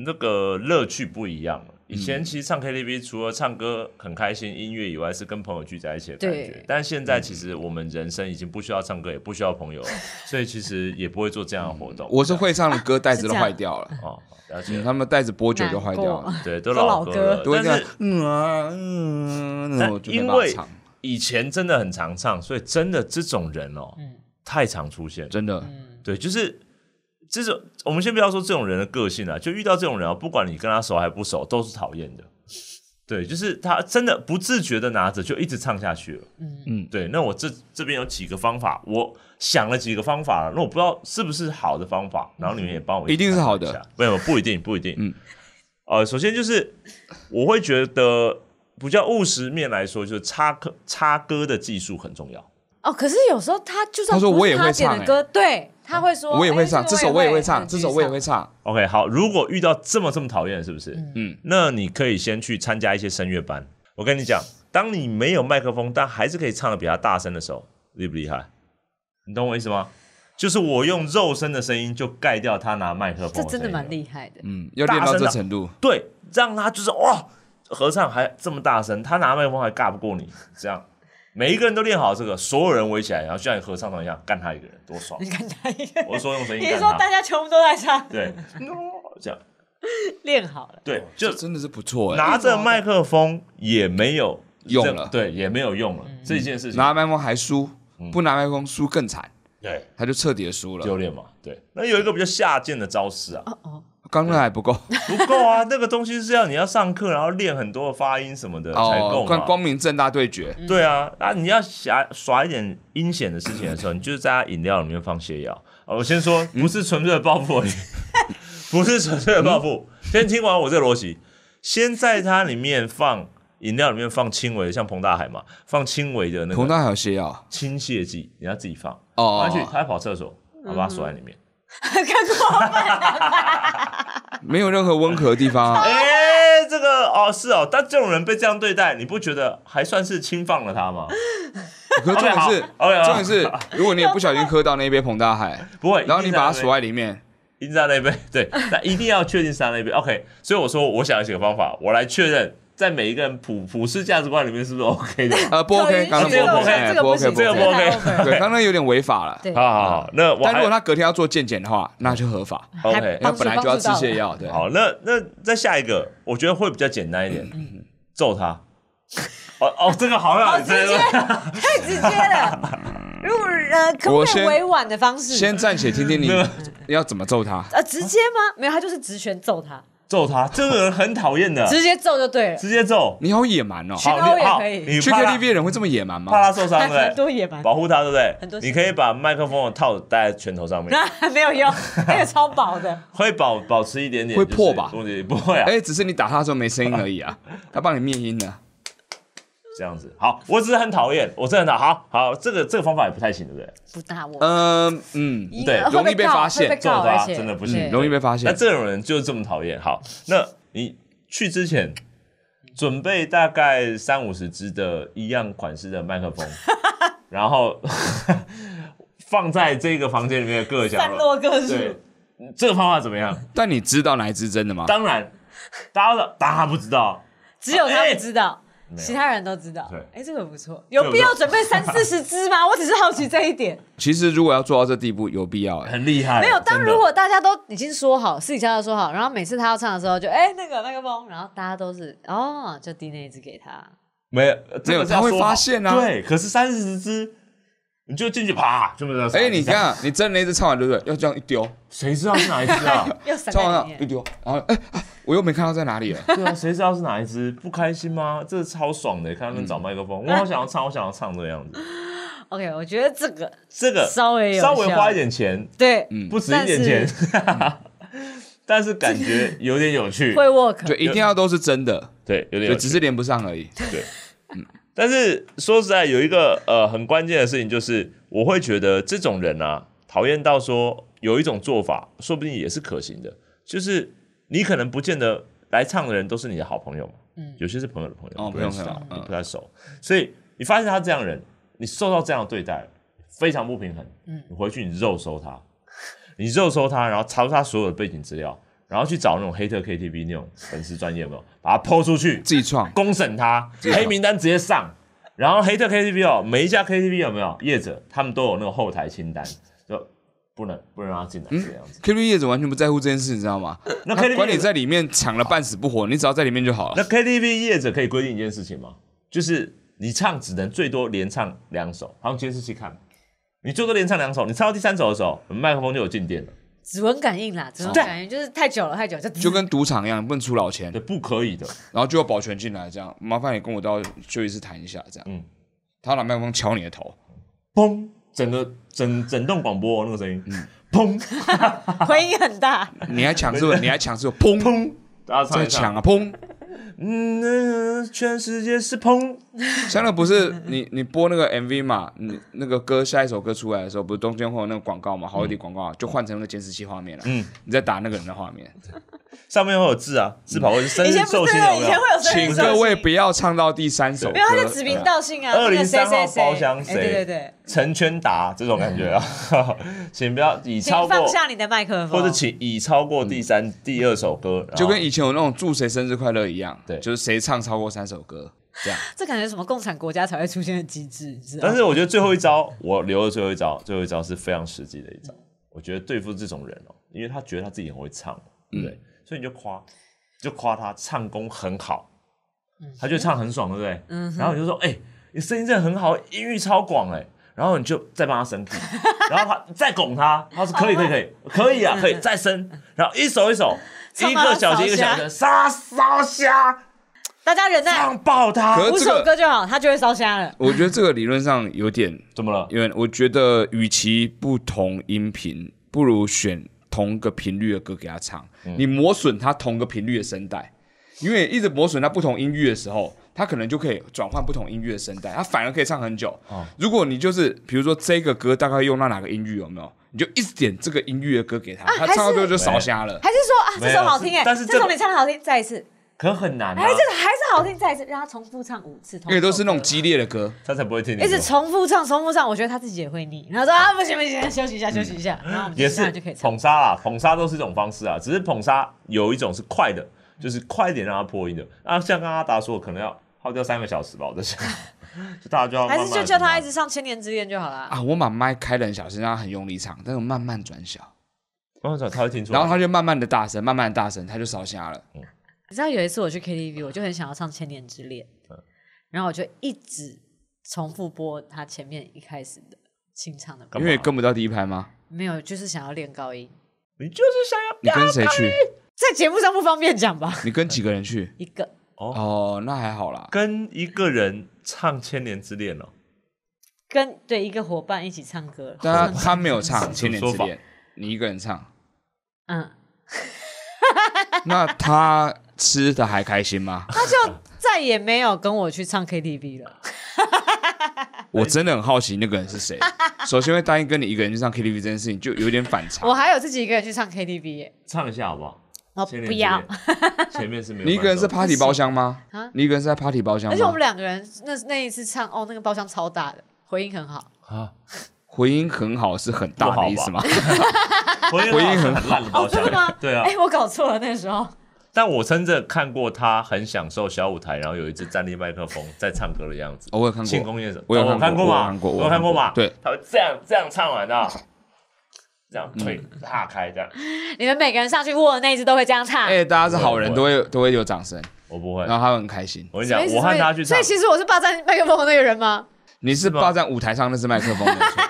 Speaker 1: 那个乐趣不一样了。以前其实唱 KTV 除了唱歌很开心、音乐以外，是跟朋友聚在一起的感觉
Speaker 2: 对。
Speaker 1: 但现在其实我们人生已经不需要唱歌，也不需要朋 友了，所以其实也不会做这样的活动。
Speaker 3: 嗯我是会唱的歌，
Speaker 1: 啊
Speaker 3: 袋子
Speaker 2: 是
Speaker 3: 都
Speaker 2: 这样
Speaker 3: 坏掉了，
Speaker 1: 哦，了解
Speaker 3: 嗯，
Speaker 1: 了，
Speaker 3: 他们袋子播久就坏掉了，
Speaker 1: 对，都
Speaker 2: 都
Speaker 1: 老
Speaker 2: 老
Speaker 1: 歌
Speaker 2: 歌
Speaker 1: 了，
Speaker 3: 都会这
Speaker 1: 但
Speaker 3: 样
Speaker 1: 是，
Speaker 3: 嗯啊嗯啊，那
Speaker 1: 但
Speaker 3: 我就没
Speaker 1: 因
Speaker 3: 办法
Speaker 1: 为
Speaker 3: 唱，
Speaker 1: 以前真的很常唱，所以真的这种人哦，
Speaker 2: 嗯
Speaker 1: 太常出现了。
Speaker 3: 真的，
Speaker 1: 对，就是这种，我们先不要说这种人的个性啊，就遇到这种人啊，不管你跟他熟还不熟，都是讨厌的。对，就是他真的不自觉的拿着就一直唱下去了。
Speaker 2: 嗯
Speaker 3: 嗯
Speaker 1: 对。那我这这边有几个方法，我想了几个方法了，那我不知道是不是好的方法，然后你们也帮我
Speaker 3: 一定是好
Speaker 1: 探讨一
Speaker 3: 的
Speaker 1: 下，没有不一定不一定。
Speaker 3: 嗯，
Speaker 1: 呃，首先就是我会觉得比较务实面来说，就是插歌插歌的技术很重要。
Speaker 2: 哦，可是有时候他就算
Speaker 3: 他说
Speaker 2: 不是
Speaker 3: 我也会
Speaker 2: 点
Speaker 3: 唱哎
Speaker 2: 的歌，对，他会说
Speaker 3: 我也会唱
Speaker 2: 哎
Speaker 3: 这首，
Speaker 2: 我
Speaker 3: 我也
Speaker 2: 会
Speaker 3: 会唱这首，我也会。唱。
Speaker 1: OK，好，如果遇到这么这么讨厌的，是不是？
Speaker 3: 嗯，
Speaker 1: 那你可以先去参加一些声乐班。我跟你讲，当你没有麦克风，但还是可以唱的比他大声的时候，厉不厉害？你懂我意思吗？就是我用肉身的声音就盖掉他拿麦克风
Speaker 2: 这
Speaker 1: 声音
Speaker 2: 真的蛮
Speaker 1: 害。
Speaker 2: 厉害的。
Speaker 3: 嗯，要练到这程度，
Speaker 1: 对，让他就是哇，合唱还这么大声，他拿麦克风还尬不过你，这样每一个人都练好这个，所有人围起来，然后就像你合唱团一样干他一个人，多爽
Speaker 2: 你！看他一个，
Speaker 1: 我说用声音
Speaker 2: 你
Speaker 1: 干
Speaker 2: 说大
Speaker 1: 他，
Speaker 2: 家全部都在唱，
Speaker 1: 对，这样
Speaker 2: 练好 了，
Speaker 1: 对，就
Speaker 3: 这真的是不错哎。
Speaker 1: 拿着麦克风也没有
Speaker 3: 用
Speaker 1: 这
Speaker 3: 了
Speaker 1: 对，也没有用了、这一件事情。
Speaker 3: 拿麦克风还输，
Speaker 1: 嗯
Speaker 3: 不拿麦克风输更惨，
Speaker 1: 对，
Speaker 3: 他就彻底的输了。
Speaker 1: 丢脸嘛，对。那有一个比较下贱的招式啊，
Speaker 3: 刚刚还不够
Speaker 1: 不够啊，那个东西是要你要上课，然后练很多的发音什么的、才
Speaker 3: 哦
Speaker 1: 够，嘛
Speaker 3: 光。光明正大对决，
Speaker 1: 对啊，啊，你要耍耍一点阴险的事情的时候，你就是在他饮料里面放泻药。啊我先说，不是纯粹的报复而已，不是纯粹的报复。先听完我这个逻辑，先在它里面放饮料里面放轻微的，像彭大海嘛，放轻微的那
Speaker 3: 彭
Speaker 1: 个
Speaker 3: 大海有泻药
Speaker 1: 倾泻剂，你要自己放。
Speaker 3: 哦
Speaker 1: 他去，他还跑厕所，
Speaker 2: 嗯
Speaker 1: 我把它锁在里面。
Speaker 2: 看过
Speaker 3: 没有任何温和的地方啊。
Speaker 1: 哎、这个哦是哦，但这种人被这样对待，你不觉得还算是侵犯了他吗？
Speaker 3: 可是重点
Speaker 1: OK，，
Speaker 3: 是
Speaker 1: 好，OK，好哦
Speaker 3: 重点是，如果你也不小心喝到那一杯彭大海，
Speaker 1: 不会，
Speaker 3: 然后你把它
Speaker 1: 锁
Speaker 3: 锁在里面，
Speaker 1: 一定是他那一杯， 对，那一定要确定是他那一杯。OK，所以我说我想了几个方法，我来确认在每一个人普普世价值观里面是不是 OK 的。
Speaker 3: 呃，不 OK，刚刚
Speaker 1: 这个
Speaker 3: 不
Speaker 1: 不
Speaker 3: OK，
Speaker 1: OK，
Speaker 3: 哎
Speaker 2: 这个
Speaker 3: 不
Speaker 2: 不
Speaker 3: OK，
Speaker 2: 行，
Speaker 3: 不
Speaker 1: 这个不
Speaker 3: OK。
Speaker 1: OK
Speaker 2: 太 over 了
Speaker 3: 对，刚刚有点违法了。
Speaker 2: 对，
Speaker 1: 好好好，那我
Speaker 3: 嗯但如
Speaker 1: 还嗯
Speaker 3: 果他隔天要做健检的话，那就合法，
Speaker 2: 还
Speaker 1: OK
Speaker 3: 他
Speaker 2: 帮助
Speaker 3: 哎本来就要
Speaker 2: 帮助
Speaker 3: 吃
Speaker 2: 到
Speaker 3: 泻
Speaker 2: 了
Speaker 3: 药，对。
Speaker 1: 好，那那再下一个，我觉得会比较简单一点，
Speaker 3: 嗯
Speaker 1: 揍他。哦哦，这个好像
Speaker 2: 直接太直接了。 如果呃，可不
Speaker 3: 我
Speaker 2: 可以
Speaker 3: 先
Speaker 2: 委婉的方式？
Speaker 3: 先暂且听听你
Speaker 1: 嗯
Speaker 3: 要怎么揍他。
Speaker 2: 呃，直接吗？没有，他就是直拳揍他，
Speaker 1: 揍他，这个人很讨厌的，
Speaker 2: 直接揍就对了。
Speaker 1: 直接揍。
Speaker 3: 你好野蛮哦！
Speaker 1: 好，
Speaker 2: 欧
Speaker 1: 你
Speaker 2: 也
Speaker 1: 好，
Speaker 2: 可以
Speaker 1: 你
Speaker 3: 去
Speaker 1: 怕他
Speaker 3: KTV 的人会这么野蛮
Speaker 1: 怕
Speaker 3: 吗？
Speaker 1: 他受伤对
Speaker 2: 还很
Speaker 1: 不对？
Speaker 2: 多野蛮，
Speaker 1: 哎保护他对不
Speaker 2: 很多
Speaker 1: 对？你可以把麦克风的套子戴在拳头上面，
Speaker 2: 那没 有用，那个超薄的。
Speaker 1: 会保保持一点点，
Speaker 3: 会破吧
Speaker 1: 就是 不会啊，
Speaker 3: 哎，只是你打他的时候没声音而已啊，他帮你灭音了。
Speaker 1: 这样子。好，我只是很讨厌，我真的很讨好好，这个这个方法也不太行，对不对？
Speaker 2: 不大我，
Speaker 3: 嗯嗯，
Speaker 2: 一
Speaker 1: 对
Speaker 2: 会
Speaker 3: 容易被
Speaker 2: 告
Speaker 3: 发
Speaker 2: 会
Speaker 3: 现
Speaker 2: 被
Speaker 1: 揍
Speaker 2: 告
Speaker 1: 他
Speaker 2: 而且
Speaker 1: 真的不行
Speaker 2: 对，
Speaker 3: 容易被发
Speaker 1: 那
Speaker 3: 现。
Speaker 1: 这种人就是这么讨厌。好，那你去之前准备大概三五十支的一样款式的麦克 风，然后 放在这个房间里面的各个角
Speaker 2: 散
Speaker 1: 落。
Speaker 2: 落各处。
Speaker 1: 对， 这个方法怎么样？
Speaker 3: 但你知道哪一支真的吗？
Speaker 1: 当然，大家都大家不知道，
Speaker 2: 只有他
Speaker 1: 哎
Speaker 2: 们知 道，
Speaker 1: 有
Speaker 2: 其他人都知道。
Speaker 1: 对
Speaker 2: 哎，这个不错，
Speaker 1: 个
Speaker 2: 有
Speaker 1: 不
Speaker 2: 必要
Speaker 1: 错
Speaker 2: 准备三四 十支吗？我只是好奇这一点。
Speaker 3: 其实如果要做到这地步，有必要哎。
Speaker 1: 很厉害。
Speaker 2: 没有，当
Speaker 1: 真的
Speaker 2: 如果大家都已经说好，私底下都说好，然后每次他要唱的时候就，哎那个麦克风，然后大家都是哦，就递那一支给他。
Speaker 1: 没有，这个是要
Speaker 3: 他会
Speaker 1: 说好
Speaker 3: 发现啊
Speaker 1: 对，可是三四十支，你就进去啪，这么的。
Speaker 3: 哎，你，看，你真的那一支唱完对不对？要这样一丢，
Speaker 1: 谁知道是哪一支啊？
Speaker 2: 又闪
Speaker 3: 唱完
Speaker 2: 在
Speaker 3: 了
Speaker 2: 里面
Speaker 3: 一。丢，然后哎，啊我又没看到在哪里 了。
Speaker 1: 对啊，谁知道是哪一支？不开心吗？这超爽的，看他们找麦克
Speaker 2: 嗯
Speaker 1: 风，我好想要唱，我想要唱这个样子。
Speaker 2: OK，我觉得这个
Speaker 1: 这个
Speaker 2: 稍微有
Speaker 1: 稍微
Speaker 2: 效
Speaker 1: 花一点钱，
Speaker 2: 对，
Speaker 3: 嗯
Speaker 1: 不止一点钱， 但是感觉有点有趣
Speaker 2: 会，work。
Speaker 3: 对，一定要都是真的，
Speaker 1: 对，有点
Speaker 3: 对，
Speaker 1: 有
Speaker 3: 只
Speaker 1: 趣。
Speaker 3: 是连不上而已。
Speaker 1: 但是说实在，有一个呃很关键的事情，就是我会觉得这种人啊，讨厌到说有一种做法，说不定也是可行的，就是你可能不见得来唱的人都是你的好朋友嘛，嗯，有些是朋友的朋友，
Speaker 3: 哦
Speaker 1: 你不认识
Speaker 3: 朋
Speaker 1: 他
Speaker 3: 友朋友
Speaker 1: 你
Speaker 3: 嗯
Speaker 1: 不太熟，所以你发现他这样的人，你受到这样的对待，非常不平衡，嗯，你回去你肉搜他，你肉搜他，然后查出他所有的背景资料，然后去找那种黑特 KTV 那种粉丝专业有没有，把他抛出去，
Speaker 3: 自己创，
Speaker 1: 公审他，黑名单直接上。然后黑特 KTV 哦，每一家 KTV 有没有业者，他们都有那个后台清单，就不能不能让他进来这样子。
Speaker 3: KTV 业主完全不在乎这件事，你知道吗？
Speaker 1: 那
Speaker 3: 他
Speaker 1: KTV
Speaker 3: 嗯啊管你在里面抢了半死不活，你只要在里面就好
Speaker 1: 那
Speaker 3: 了。
Speaker 1: KTV 业者可以规定一件事情吗？就是你唱只能最多连唱两首，好像监视器看，你最多连唱两首，你唱到第三首的时候，麦克风就有静电了。
Speaker 2: 指纹感应啦，指纹
Speaker 1: 对
Speaker 2: 感应就是太久了，太久了就
Speaker 3: 就跟赌场一样，不能出老钱
Speaker 1: 对，，不可以的。
Speaker 3: 然后就有保全进来，这样麻烦你跟我到休息室谈一下，这样。
Speaker 1: 嗯
Speaker 3: 他拿麦克风敲你的头，
Speaker 1: 砰！整个整整栋广播、哦那个声音，
Speaker 3: 嗯
Speaker 1: 砰！
Speaker 2: 回音很大，
Speaker 3: 你还抢是不是？你还抢是不是？砰砰，
Speaker 1: 大家唱
Speaker 3: 在
Speaker 1: 一唱
Speaker 3: 抢，啊砰！
Speaker 1: 嗯，那全世界是砰，
Speaker 3: 像那不是你你播那个 MV 嘛，你那个歌下一首歌出来的时候，不是中间会有那个广告嘛，好一点广告啊就换成那个监视器画面了。嗯，你在打那个人的画面，
Speaker 1: 上面会有字啊，字跑或者生
Speaker 2: 以
Speaker 1: 日
Speaker 2: 前不
Speaker 1: 寿
Speaker 2: 是
Speaker 1: 星
Speaker 2: 的，
Speaker 1: 有
Speaker 2: 以
Speaker 1: 没
Speaker 2: 前
Speaker 1: 有？
Speaker 2: 会有生日
Speaker 3: 请
Speaker 2: 寿
Speaker 3: 各位
Speaker 2: 星
Speaker 3: 不要唱到第三首歌
Speaker 2: 没有，他就指名道姓啊，那个谁
Speaker 1: 203
Speaker 2: 谁谁
Speaker 1: 号包厢
Speaker 2: 哎
Speaker 1: 谁
Speaker 2: 对对对，
Speaker 1: 成圈达这种感觉啊， 请不要以
Speaker 2: 嗯请
Speaker 1: 超
Speaker 2: 放
Speaker 1: 过
Speaker 2: 下你嗯的麦克风，
Speaker 1: 或者请以超过第三第二首歌，然后
Speaker 3: 啊就跟以前有那种祝谁生日快乐一样，
Speaker 1: 对
Speaker 3: 就是谁唱超过三首歌这样。
Speaker 2: 这感觉什么共产国家才会出现的机制，你知道吗
Speaker 1: 但是我觉得最后一招，我留的最后一招，最后一招是非常实际的一招。我觉得对付这种人哦，因为他觉得他自己很会唱，对
Speaker 3: 嗯
Speaker 1: 不对，所以你就夸，就夸他唱功很好，
Speaker 2: 嗯
Speaker 1: 他就唱很爽，对不对？然后你就说，哎、你声音真的很好，音域超广哎、然后你就再帮他升 key，然后他再拱他，他说
Speaker 2: 哦
Speaker 1: 可以可以可以可以啊，可以 再升，然后一首一首，
Speaker 2: 唱
Speaker 1: 一
Speaker 2: 到
Speaker 1: 个小节一个小节，杀烧虾，
Speaker 2: 大家忍耐
Speaker 1: 唱爆他
Speaker 3: 可，
Speaker 2: 五
Speaker 3: 是这个
Speaker 2: 首歌就好，他就会烧瞎了。
Speaker 3: 我觉得这个理论上有点
Speaker 1: 怎么了？
Speaker 3: 因为我觉得，与其不同音频，不如选同个频率的歌给他唱。你磨损他同个频率的声带，因为一直磨损他不同音域的时候，他可能就可以转换不同音域的声带，他反而可以唱很久。如果你就是比如说这个歌大概用到哪个音域，有没有？你就一直点这个音域的歌给他，他唱到最后就烧瞎了。
Speaker 2: 啊还是说啊，这首好听哎、
Speaker 1: 没有但是
Speaker 2: 这
Speaker 1: 这
Speaker 2: 首
Speaker 1: 个
Speaker 2: 你唱的好听，再一次，
Speaker 1: 可很难啊
Speaker 2: 哎、，这个还是好听，再一次，让他重复唱五次，同
Speaker 3: 因为都是那
Speaker 2: 首
Speaker 3: 种
Speaker 2: 歌
Speaker 3: 激烈的歌，
Speaker 1: 他才不会听你
Speaker 2: 一
Speaker 1: 说。
Speaker 2: 直重复唱，重复唱，我觉得他自己也会腻，然后说啊，不行不行，休息一下，休息一下，然后我
Speaker 1: 嗯
Speaker 2: 们
Speaker 1: 也
Speaker 2: 接下
Speaker 1: 是
Speaker 2: 来就可以唱。
Speaker 1: 捧杀啦，捧杀都是一种方式啊，只是捧杀有一种是快
Speaker 2: 嗯
Speaker 1: 的，就是快一点让它破音的。啊，像刚刚阿达说，可能要耗掉三个小时吧，我在 想，就大家就要慢
Speaker 2: 还
Speaker 1: 慢
Speaker 2: 是就叫他一
Speaker 1: 地
Speaker 2: 直唱《千年之恋》就好了。
Speaker 3: 啊，我把麦开得很小声，让他很用力唱，但是我慢慢转小，
Speaker 1: 慢慢转，他会听出来。
Speaker 3: 然后他就慢慢的大声，慢慢的大声，他就烧瞎了。
Speaker 2: 你知道有一次我去 KTV，我就很想要唱《千年之恋》，
Speaker 1: 嗯
Speaker 2: 然后我就一直重复播他前面一开始的清唱的歌，
Speaker 1: 干
Speaker 3: 因
Speaker 1: 嘛
Speaker 3: 为跟不到第一排吗？
Speaker 2: 没有，就是想要练高音，
Speaker 1: 你就是想要
Speaker 3: 你跟谁去？
Speaker 2: 在节目上不方便讲吧？
Speaker 3: 你跟几个人去？
Speaker 2: 一个
Speaker 3: 哦，那还好啦。
Speaker 1: 跟一个人唱《千年之恋》哦，
Speaker 2: 跟对一个伙伴一起唱歌，
Speaker 3: 但他他没有唱《千年之
Speaker 1: 说
Speaker 3: 恋》，你一个人唱，
Speaker 2: 嗯，
Speaker 3: 那他吃的还开心吗？
Speaker 2: 他就再也没有跟我去唱 KTV
Speaker 1: 啊
Speaker 2: 了。
Speaker 3: 我真的很好奇那个人是谁。首先会答应跟你一个人去唱 KTV 这件事情，就有点反
Speaker 2: 我
Speaker 3: 常。
Speaker 2: 还有自己一个人去唱 KTV 耶，
Speaker 1: 唱一下好不好？
Speaker 2: 我
Speaker 1: 千年
Speaker 2: 不
Speaker 1: 之
Speaker 2: 要
Speaker 1: 恋。前面是没有伴奏。
Speaker 3: 你一个人是 party 包厢吗
Speaker 2: 啊？
Speaker 3: 你一个人是在 party 包厢
Speaker 2: 而且我们
Speaker 3: 吗？
Speaker 2: 两个人那那一次唱，哦，那个包厢超大的，回音很好。
Speaker 1: 啊，
Speaker 3: 回音很好是很大的意思吗？
Speaker 1: 回音
Speaker 3: 回音很
Speaker 1: 很烂的包厢，
Speaker 2: 真的吗？
Speaker 1: 对啊
Speaker 2: 哎、，我搞错了那时候。
Speaker 1: 但我真正看过他很享受小舞台，然后有一次站立麦克风在唱歌的样子。
Speaker 3: 哦我有看
Speaker 1: 庆
Speaker 3: 过，
Speaker 1: 功宴上，
Speaker 3: 我有
Speaker 1: 哦
Speaker 3: 看
Speaker 1: 看
Speaker 3: 过我有
Speaker 1: 嘛，
Speaker 3: 看过我
Speaker 1: 我
Speaker 3: 有
Speaker 1: 有
Speaker 3: 看
Speaker 1: 看
Speaker 3: 过
Speaker 1: 过嘛，
Speaker 3: 对，
Speaker 1: 他会这样这样唱完的，这样腿
Speaker 3: 嗯
Speaker 1: 岔开这样，
Speaker 2: 你们每个人上去握的那一只都会这样唱。
Speaker 3: 哎，大家是好人，
Speaker 1: 我
Speaker 3: 都会都会有掌声，
Speaker 1: 我不会，
Speaker 3: 然后他很开心。
Speaker 1: 我跟你
Speaker 2: 什么
Speaker 1: 讲
Speaker 2: 意，思
Speaker 1: 我和他去
Speaker 2: 所
Speaker 1: 唱
Speaker 2: 以，其实我是霸占麦克风的那个人吗？
Speaker 3: 你是霸占舞台上那支麦克风，没 错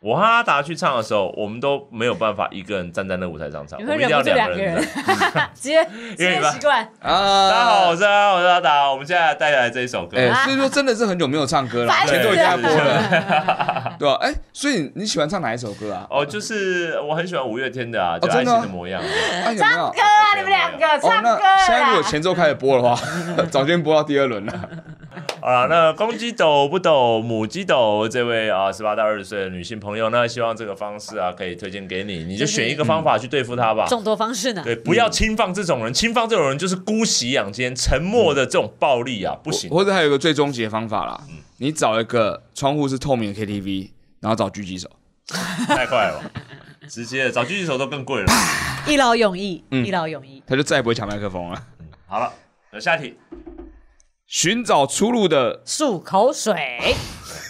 Speaker 1: 我和阿达去唱的时候，我们都没有办法一个人站在那舞台上唱，
Speaker 2: 你
Speaker 1: 我
Speaker 2: 会
Speaker 1: 们一定
Speaker 2: 忍
Speaker 1: 要
Speaker 2: 不住
Speaker 1: 两个
Speaker 2: 两个
Speaker 1: 人
Speaker 2: 人
Speaker 1: 唱。，
Speaker 2: 直接直
Speaker 1: 因为
Speaker 2: 接
Speaker 1: 你吧
Speaker 2: 习 惯。
Speaker 3: 啊
Speaker 1: 大家好，我是阿达，我是阿达，我们现在带来这一首歌，
Speaker 3: 哎、所以说真的是很久没有唱歌了，
Speaker 2: 烦死
Speaker 3: 前奏已经在播了，
Speaker 2: 了。
Speaker 3: 对吧、哎、所以你喜欢唱哪一首歌啊？
Speaker 1: 哦，就是我很喜欢五月天的啊，就
Speaker 3: 真
Speaker 1: 爱
Speaker 3: 的
Speaker 1: 情
Speaker 3: 啊
Speaker 1: 的模样，
Speaker 3: 啊，有没有？
Speaker 2: 哥啊，你们两个
Speaker 3: 哦，
Speaker 2: 唱歌啊
Speaker 3: 那现在如果
Speaker 2: 啦！
Speaker 3: 前奏开始播的 话，早就播到第二轮了。
Speaker 1: 好了，那公鸡斗不斗，母鸡斗，这位啊十八到二十岁的女性朋友，那希望这个方式啊可以推荐给你，你就选一个方法去对付他吧。
Speaker 2: 众多方式呢？
Speaker 1: 对，不要侵犯这种人，侵犯这种人就是姑息养奸、沉默的这种暴力啊，不行。嗯
Speaker 3: 或者还有一个最终极的方法啦，你找一个窗户是透明的 KTV，然后找狙击手，
Speaker 1: 太快了吧，直接的找狙击手都更贵了。
Speaker 2: 一劳永逸，
Speaker 1: 嗯
Speaker 2: 一劳永逸。
Speaker 3: 他就再也不会抢麦克风
Speaker 1: 哦
Speaker 3: 了。
Speaker 1: 好了，那下一题，
Speaker 3: 寻找出路的
Speaker 2: 漱口水，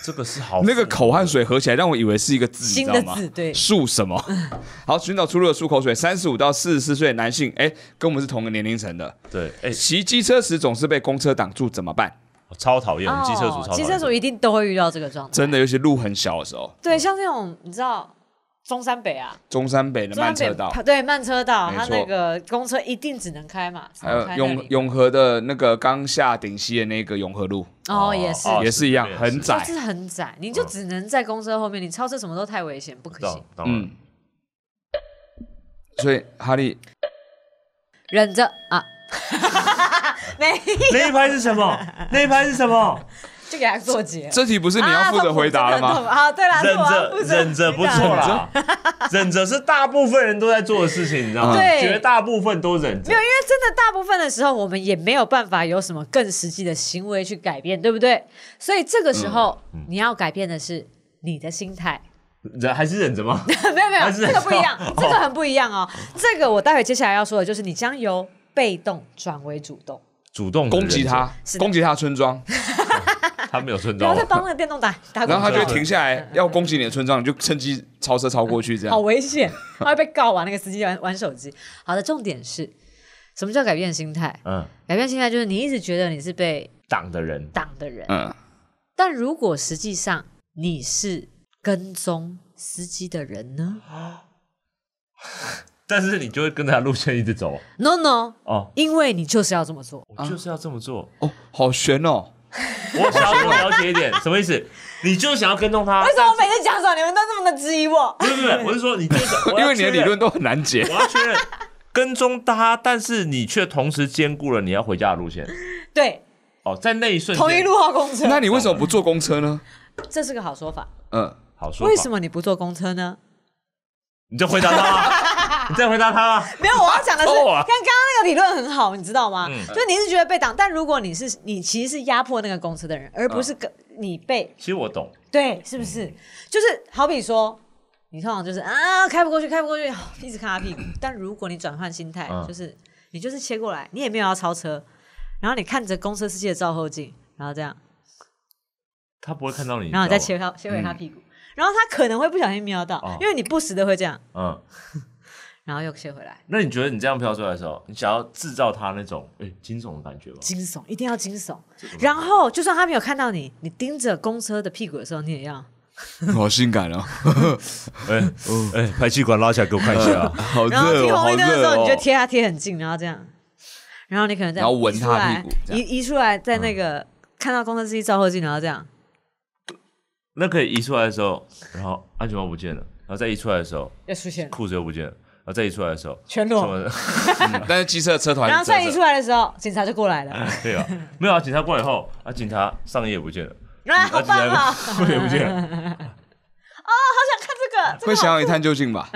Speaker 1: 这个是好
Speaker 3: 那个口和水合起来，让我以为是一个字，你
Speaker 2: 新
Speaker 3: 知道
Speaker 2: 的
Speaker 3: 吗？
Speaker 2: 字对。
Speaker 3: 漱什么？
Speaker 2: 嗯
Speaker 3: 好，寻找出路的漱口水，三十五到四十四岁的男性，哎、跟我们是同个年龄层的，
Speaker 1: 对，哎、
Speaker 3: 骑机车时总是被公车挡住，怎么办？
Speaker 1: 我超讨厌，我们嗯机车族
Speaker 2: 哦
Speaker 1: 超讨
Speaker 2: 机车
Speaker 1: 厌。
Speaker 2: 族一定都会遇到这个状态。
Speaker 3: 真的，尤其路很小的时候，
Speaker 2: 对，像那种你知道中山北啊，
Speaker 3: 中山北的
Speaker 2: 中山
Speaker 3: 慢
Speaker 2: 北
Speaker 3: 车道，
Speaker 2: 对慢车道，
Speaker 3: 没
Speaker 2: 它
Speaker 3: 错
Speaker 2: 那个公车一定只能开嘛，只
Speaker 3: 还
Speaker 2: 能
Speaker 3: 有
Speaker 2: 开那
Speaker 3: 永
Speaker 2: 里
Speaker 3: 永和的那个刚下顶溪的那个永和路，
Speaker 2: 哦也是
Speaker 1: 哦
Speaker 3: 也是一样
Speaker 1: 是
Speaker 3: 很
Speaker 2: 就
Speaker 3: 窄。
Speaker 2: 是很窄，你就只能在公车后面，你超车什么都太危险，不可行
Speaker 1: 懂。懂了
Speaker 3: 嗯，所以哈利
Speaker 2: 忍着啊， 没
Speaker 1: 那一拍是什 么？那一拍是什么？
Speaker 2: 就给他做结。
Speaker 3: 这题不是你要负责回答了
Speaker 2: 啊
Speaker 3: 吗
Speaker 2: 痛苦真的很？痛苦啊，对啦，
Speaker 1: 忍
Speaker 2: 是我要
Speaker 1: 着
Speaker 2: 负，责
Speaker 1: 忍着不
Speaker 2: 回答
Speaker 1: 错啦，忍着是大部分人都在做的事情，你知道吗？
Speaker 2: 嗯对
Speaker 1: 绝大部分都忍着
Speaker 2: 没有，。因为真的大部分的时候，我们也没有办法有什么更实际的行为去改变，对不对？所以这个时候，
Speaker 1: 嗯
Speaker 2: 你要改变的是你的心态。
Speaker 1: 忍还是忍着吗？
Speaker 2: 没有没有，
Speaker 1: 还是
Speaker 2: 这个不一样，这个很不一样哦。这个我待会接下来要说的就是，你将由被动转为主动。
Speaker 1: 主动地
Speaker 3: 攻击
Speaker 1: 忍着
Speaker 3: 他，
Speaker 2: 是的
Speaker 3: 攻击他村庄，
Speaker 1: 他没有啊村
Speaker 2: 不要
Speaker 1: 庄
Speaker 2: 再。帮那个电动打打广告了，
Speaker 3: 然后他就会停 下来要攻击你的村庄，你就趁机超车超过去，这
Speaker 2: 嗯好
Speaker 3: 样
Speaker 2: 危险，他会被告啊！那个司机玩玩手机。好的，重点是什么叫改变心态？
Speaker 1: 嗯，
Speaker 2: 改变心态就是你一直觉得你是被
Speaker 1: 党的人
Speaker 2: 挡的人，
Speaker 3: 嗯，
Speaker 2: 但如果实际上你是跟踪司机的人呢
Speaker 1: 但是你就会跟着他路线一直走啊
Speaker 2: ？No No，
Speaker 1: 哦。
Speaker 2: 因为你就是要这么做。
Speaker 1: 我就是要这么做，
Speaker 3: 哦，好悬哦，
Speaker 1: 我想要多了解一点，什么意思？你就想要跟动他？
Speaker 2: 为什么我每次讲什么你们都这么的质疑我？
Speaker 1: 不是不是，我是说你就是我要
Speaker 3: 因为你
Speaker 1: 确
Speaker 3: 的理
Speaker 1: 认
Speaker 3: 论都很难解
Speaker 1: 我。要确认跟踪他，但是你却同时兼顾了你要回家的路线。
Speaker 2: 对，
Speaker 1: 哦，在那一瞬间，
Speaker 2: 同一路号公车，
Speaker 3: 那你为什么不坐公车呢？
Speaker 2: 这是个好说法。
Speaker 3: 嗯，
Speaker 1: 好说法。
Speaker 2: 为什么你不坐公车呢？
Speaker 1: 你再回答他啊，你再回答他啊。
Speaker 2: 没有，我要 讲的是，跟
Speaker 1: 哦
Speaker 2: 刚
Speaker 1: 啊
Speaker 2: 刚那个理论很好，你知道吗？
Speaker 1: 嗯
Speaker 2: 就你是觉得被挡，但如果你是你其实是压迫那个公车的人，而不
Speaker 1: 嗯
Speaker 2: 是跟你被
Speaker 1: 其实我懂，
Speaker 2: 对，是不
Speaker 1: 嗯
Speaker 2: 是？就是好比说，你通常就是啊，开不过去，开不过去， 哦一直看他屁股。但如果你转换心态，
Speaker 1: 嗯
Speaker 2: 就是你就是切过来，你也没有要超车，然后你看着公车司机的照后镜，然后这样，
Speaker 1: 他不会看到你，
Speaker 2: 然后你再
Speaker 1: 你知嗯
Speaker 2: 切到切回他屁股，然后他可能会不小心瞄到，
Speaker 1: 哦
Speaker 2: 因为你不时的会这样，
Speaker 1: 道吗。嗯，
Speaker 2: 然后又切回来。
Speaker 1: 那你觉得你这样飘出来的时候，你想要制造他那种哎惊悚的感觉吗？
Speaker 2: 惊悚，一定要惊悚。然后，就算他没有看到你，你盯着公车的屁股的时候，你也要
Speaker 3: 好性 感哦，
Speaker 1: 哎哎，排气管拉起来给我看一下。啊
Speaker 3: 好
Speaker 2: 然后
Speaker 3: 热
Speaker 2: 停
Speaker 3: 哦，
Speaker 2: 红
Speaker 3: 好
Speaker 2: 绿灯的时
Speaker 3: 热
Speaker 2: 候，你就
Speaker 3: 哦。
Speaker 2: 贴他贴很近，然后这样，然后你可能再
Speaker 3: 然后闻
Speaker 2: 移
Speaker 3: 他
Speaker 2: 出来
Speaker 3: 屁股这样嗯
Speaker 2: 移移出来，在那个、看到公车司机照后镜，然后这样，
Speaker 1: 那可以移出来的时候，然后安全帽不见了，然后再移出来的时候，
Speaker 2: 又出现了
Speaker 1: 裤子又不见了，然后再移出来的时候，
Speaker 2: 全
Speaker 1: 什
Speaker 2: 裸。
Speaker 1: 么的？
Speaker 3: 但是机车的车头还
Speaker 2: 然后
Speaker 3: 是
Speaker 2: 再移
Speaker 3: 遮
Speaker 2: 出
Speaker 3: 着，
Speaker 2: 来的时候，警察就过来了，
Speaker 1: 对啊，没有啊，警察过来以后，啊，警察上衣也不见了，
Speaker 2: 然后
Speaker 1: 啊，
Speaker 2: 好
Speaker 1: 警
Speaker 2: 棒啊！
Speaker 1: 察裤也不 见了，
Speaker 2: 看这个，这
Speaker 3: 会
Speaker 2: 个
Speaker 3: 想
Speaker 2: 好
Speaker 3: 要一探究竟 吧？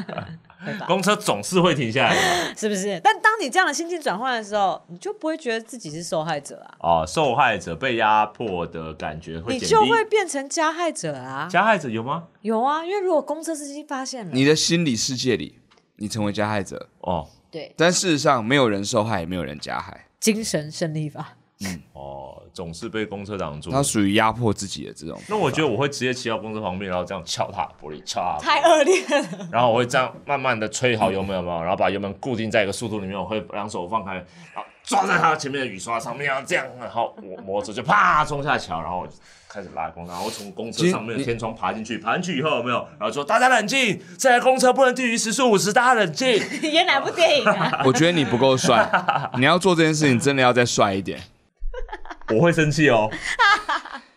Speaker 2: 会吧
Speaker 1: 公车总是会停下来的嘛。
Speaker 2: 是不是？但当你这样的心境转换的时候，你就不会觉得自己是受害者啊，
Speaker 1: 哦，受害者被压迫的感觉会
Speaker 2: 你
Speaker 1: 减
Speaker 2: 就会
Speaker 1: 低。
Speaker 2: 变成加害者啊。
Speaker 1: 加害者有吗？
Speaker 2: 有啊，因为如果公车司机发现了，
Speaker 3: 你的心理世界里，你成为加害者，
Speaker 1: 哦
Speaker 2: 对
Speaker 3: 但事实上没有人受害，也没有人加害，
Speaker 2: 精神胜利法，
Speaker 1: 哦，总是被公车挡住。
Speaker 3: 他属于压迫自己的这种。
Speaker 1: 那我觉得我会直接骑到公车旁边，然后这样敲他的玻璃，敲他
Speaker 2: 太恶劣了。
Speaker 1: 的，然后我会这样慢慢的吹好油门，有没有？然后把油门固定在一个速度里面，我会两手放开，然后抓在他前面的雨刷上面，然后这样，啊然后我摩托车就啪冲下桥，然后我就开始拉公车，然后从公车上面的天窗爬进去，爬进去以后有没有？然后说大家冷静，这台公车不能低于时速五十，大家冷静。
Speaker 2: 演哪部电影啊？
Speaker 3: 我觉得你不够帅，你要做这件事情真的要再帅一点。
Speaker 1: 我会生气哦，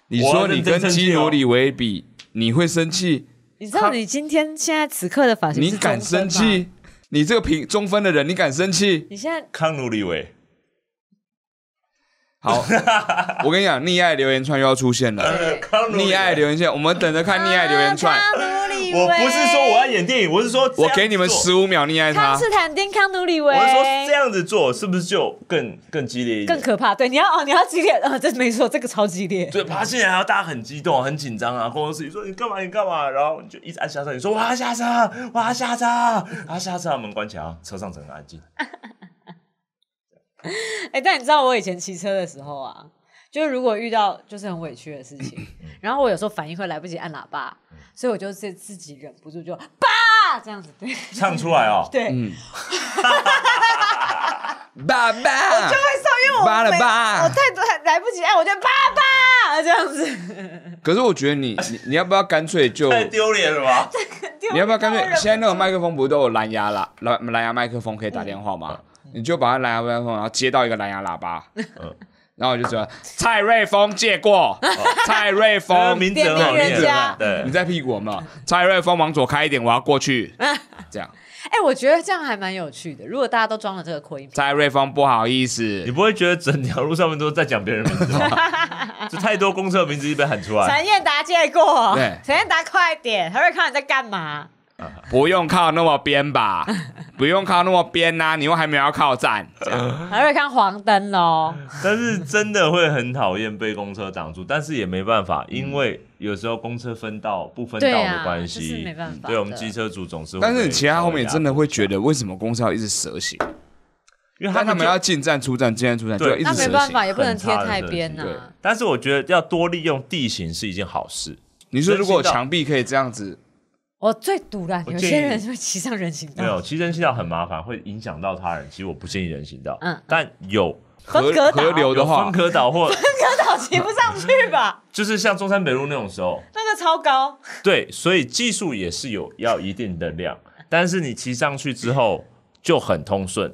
Speaker 3: 你说你跟
Speaker 1: 我要认真生气哦
Speaker 3: 基努里维比，你会生气？
Speaker 2: 你知道你今天现在此刻的发型是
Speaker 3: 你敢
Speaker 2: 中分
Speaker 3: 生
Speaker 2: 吗？
Speaker 3: 气？你这个评中分的人，你敢生气？
Speaker 2: 你现在
Speaker 1: 康努里维。
Speaker 3: 好，我跟你讲，溺爱留言串又要出 现了。
Speaker 1: 呃康努里
Speaker 3: 溺 爱留言串，我们等着看溺爱留言串。
Speaker 2: 康努里维
Speaker 1: 我不是说我要演电影，我是说
Speaker 3: 我给你们
Speaker 1: 十。
Speaker 3: 十五秒溺爱
Speaker 2: 康
Speaker 3: 他。
Speaker 2: 斯坦丁康努里维，
Speaker 1: 我是说这样子做是不是就更更激烈一点？
Speaker 2: 更可怕。对，你要哦，你要激烈啊，这没错，这个超激烈。
Speaker 1: 对，爬进来，然后大家很激动、很紧张啊。工作室里说你干嘛？你干嘛？然后你就一直按下车，你说我要下车，我要下车，然后下车，门关起来啊，车上整个安静。
Speaker 2: 哎，但你知道我以前骑车的时候啊，就是如果遇到就是很委屈的事情，
Speaker 1: 嗯
Speaker 2: 然后我有时候反应会来不及按喇叭，所以我就自自己忍不住就叭这样子，对
Speaker 1: 唱出来 哦，
Speaker 2: 对，
Speaker 3: 爸爸，
Speaker 2: 因为我
Speaker 3: 扒了
Speaker 2: 没
Speaker 3: 扒
Speaker 2: 我太多来不及按，哎我就叭 叭这样子。
Speaker 1: 哎
Speaker 3: 可是我觉得你，你你要不要干脆就
Speaker 1: 太丢脸了吧？
Speaker 2: 丢
Speaker 3: 你要不要干脆
Speaker 2: 到人
Speaker 3: 现在那种麦克风不是都有蓝牙喇蓝蓝牙麦克风可以打电话吗？你就把它蓝牙麦克风，然后接到一个蓝牙喇叭，
Speaker 1: 嗯
Speaker 3: 然后我就说蔡瑞峰借过，蔡瑞峰，
Speaker 1: 名哦字很好
Speaker 2: 点名
Speaker 1: 念
Speaker 2: 人家，
Speaker 1: 对
Speaker 3: 你，在屁股有没有？蔡瑞峰往左开一点，我要过去，这样。
Speaker 2: 哎、我觉得这样还蛮有趣的。如果大家都装了这个扩音，
Speaker 3: 蔡瑞峰不好意
Speaker 1: 你
Speaker 3: 思，
Speaker 1: 不会觉得整条路上面都在讲别人名字 吗？就太多公车名字一被喊出来，
Speaker 2: 陈彦达借过，
Speaker 3: 对
Speaker 2: 陈彦达快点，他会看你在干嘛。
Speaker 3: 不用靠那么 边吧，不用靠那么边呐、你又还没有要靠站，这样
Speaker 2: 还会看黄灯喽。
Speaker 1: 但是真的会很讨厌被公车挡住，但是也没办法，因为有时候公车分道不分道
Speaker 2: 对啊
Speaker 1: 的关
Speaker 2: 这是
Speaker 1: 系，嗯
Speaker 2: 没办法的
Speaker 1: 对我们机车组总是会被
Speaker 3: 但
Speaker 1: 稍微压迫一下，
Speaker 3: 是你其他后面真的会觉得，为什么公司要一直蛇形？
Speaker 1: 因为
Speaker 3: 但他
Speaker 1: 们
Speaker 3: 们
Speaker 1: 就
Speaker 3: 要进站出站，进站出站就
Speaker 1: 对
Speaker 3: 要一
Speaker 2: 那
Speaker 3: 直
Speaker 2: 没
Speaker 3: 蛇
Speaker 2: 办
Speaker 3: 形
Speaker 2: 法，。也不能贴
Speaker 1: 很差的
Speaker 2: 太
Speaker 1: 设计
Speaker 2: 边呐、啊
Speaker 3: 对
Speaker 1: 但是我觉得要多利用地形是一件好事。
Speaker 3: 你说如果墙壁可以这样子，
Speaker 2: 我最堵了，
Speaker 1: 我
Speaker 2: 有
Speaker 1: 建议
Speaker 2: 些人会骑上人行
Speaker 1: 没
Speaker 2: 道
Speaker 1: 有，，其实人行道很麻烦，会影响到他人。其实我不建议人行道，
Speaker 2: 嗯
Speaker 1: 但有
Speaker 3: 河
Speaker 2: 分隔啊岛
Speaker 3: 河流的
Speaker 1: 有
Speaker 3: 话
Speaker 1: 分，隔岛或
Speaker 2: 车道骑不上去 吧？
Speaker 1: 就是像中山北路那种时候，
Speaker 2: 那个超高，
Speaker 1: 对，所以技术也是有要一定的量，但是你骑上去之后就很通 顺，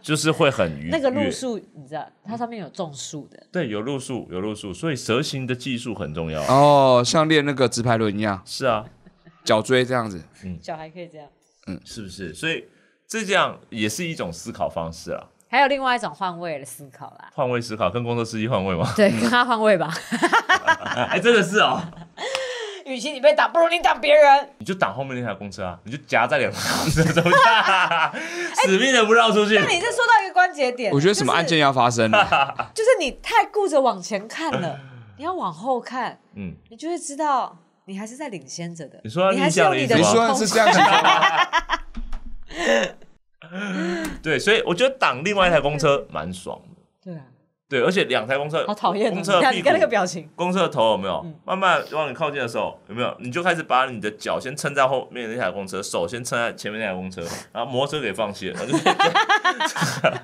Speaker 1: 就是会很愉悦。
Speaker 2: 那个路数
Speaker 3: 嗯
Speaker 2: 你知道，它上面有种树的，
Speaker 1: 对，有路数，有路数，所以蛇形的技术很重要。啊
Speaker 3: 哦，像练那个直排轮一样，
Speaker 1: 是啊，
Speaker 3: 脚椎这样子。
Speaker 2: 小孩可以这样。
Speaker 1: 是不是？所以这这样也是一种思考方式啊，
Speaker 2: 还有另外一种换位的思考啦，
Speaker 1: 换位思考，跟工作司机换位 嘛。
Speaker 2: 对，跟他换位吧。
Speaker 1: 哎，真的是哦，
Speaker 2: 与其你被挡，不如你挡别 人。
Speaker 1: 你就挡后面那台公车啊， 你就夹在两台公车中间，啊 死命的不让出去。
Speaker 2: 哎那你是说到一个关节点，
Speaker 3: 我觉得什么案件要发生了，
Speaker 2: 就是、就是你太顾着往前看了，你要往后看，
Speaker 1: 嗯，
Speaker 2: 你就会知道你还是在领先着的。
Speaker 1: 你说要
Speaker 2: 你还是有你的
Speaker 1: 逆
Speaker 3: 你
Speaker 1: 向的意思吗
Speaker 3: 说
Speaker 2: 空
Speaker 3: 是这 样子吗？
Speaker 1: 对，所以我觉得挡另外一台公车蛮爽的。
Speaker 2: 对啊，
Speaker 1: 对，而且两台公车
Speaker 2: 嗯好讨厌、哦！
Speaker 1: 公
Speaker 2: 你
Speaker 1: 车的
Speaker 2: 看
Speaker 1: 屁
Speaker 2: 你
Speaker 1: 股
Speaker 2: 看那个表嗯情，
Speaker 1: 公车的头有没有、慢慢往你靠近的时候，有没有？你就开始把你的脚先撑在后面那台公车，手先撑在前面那台公车，然后摩托车给放弃了，然 后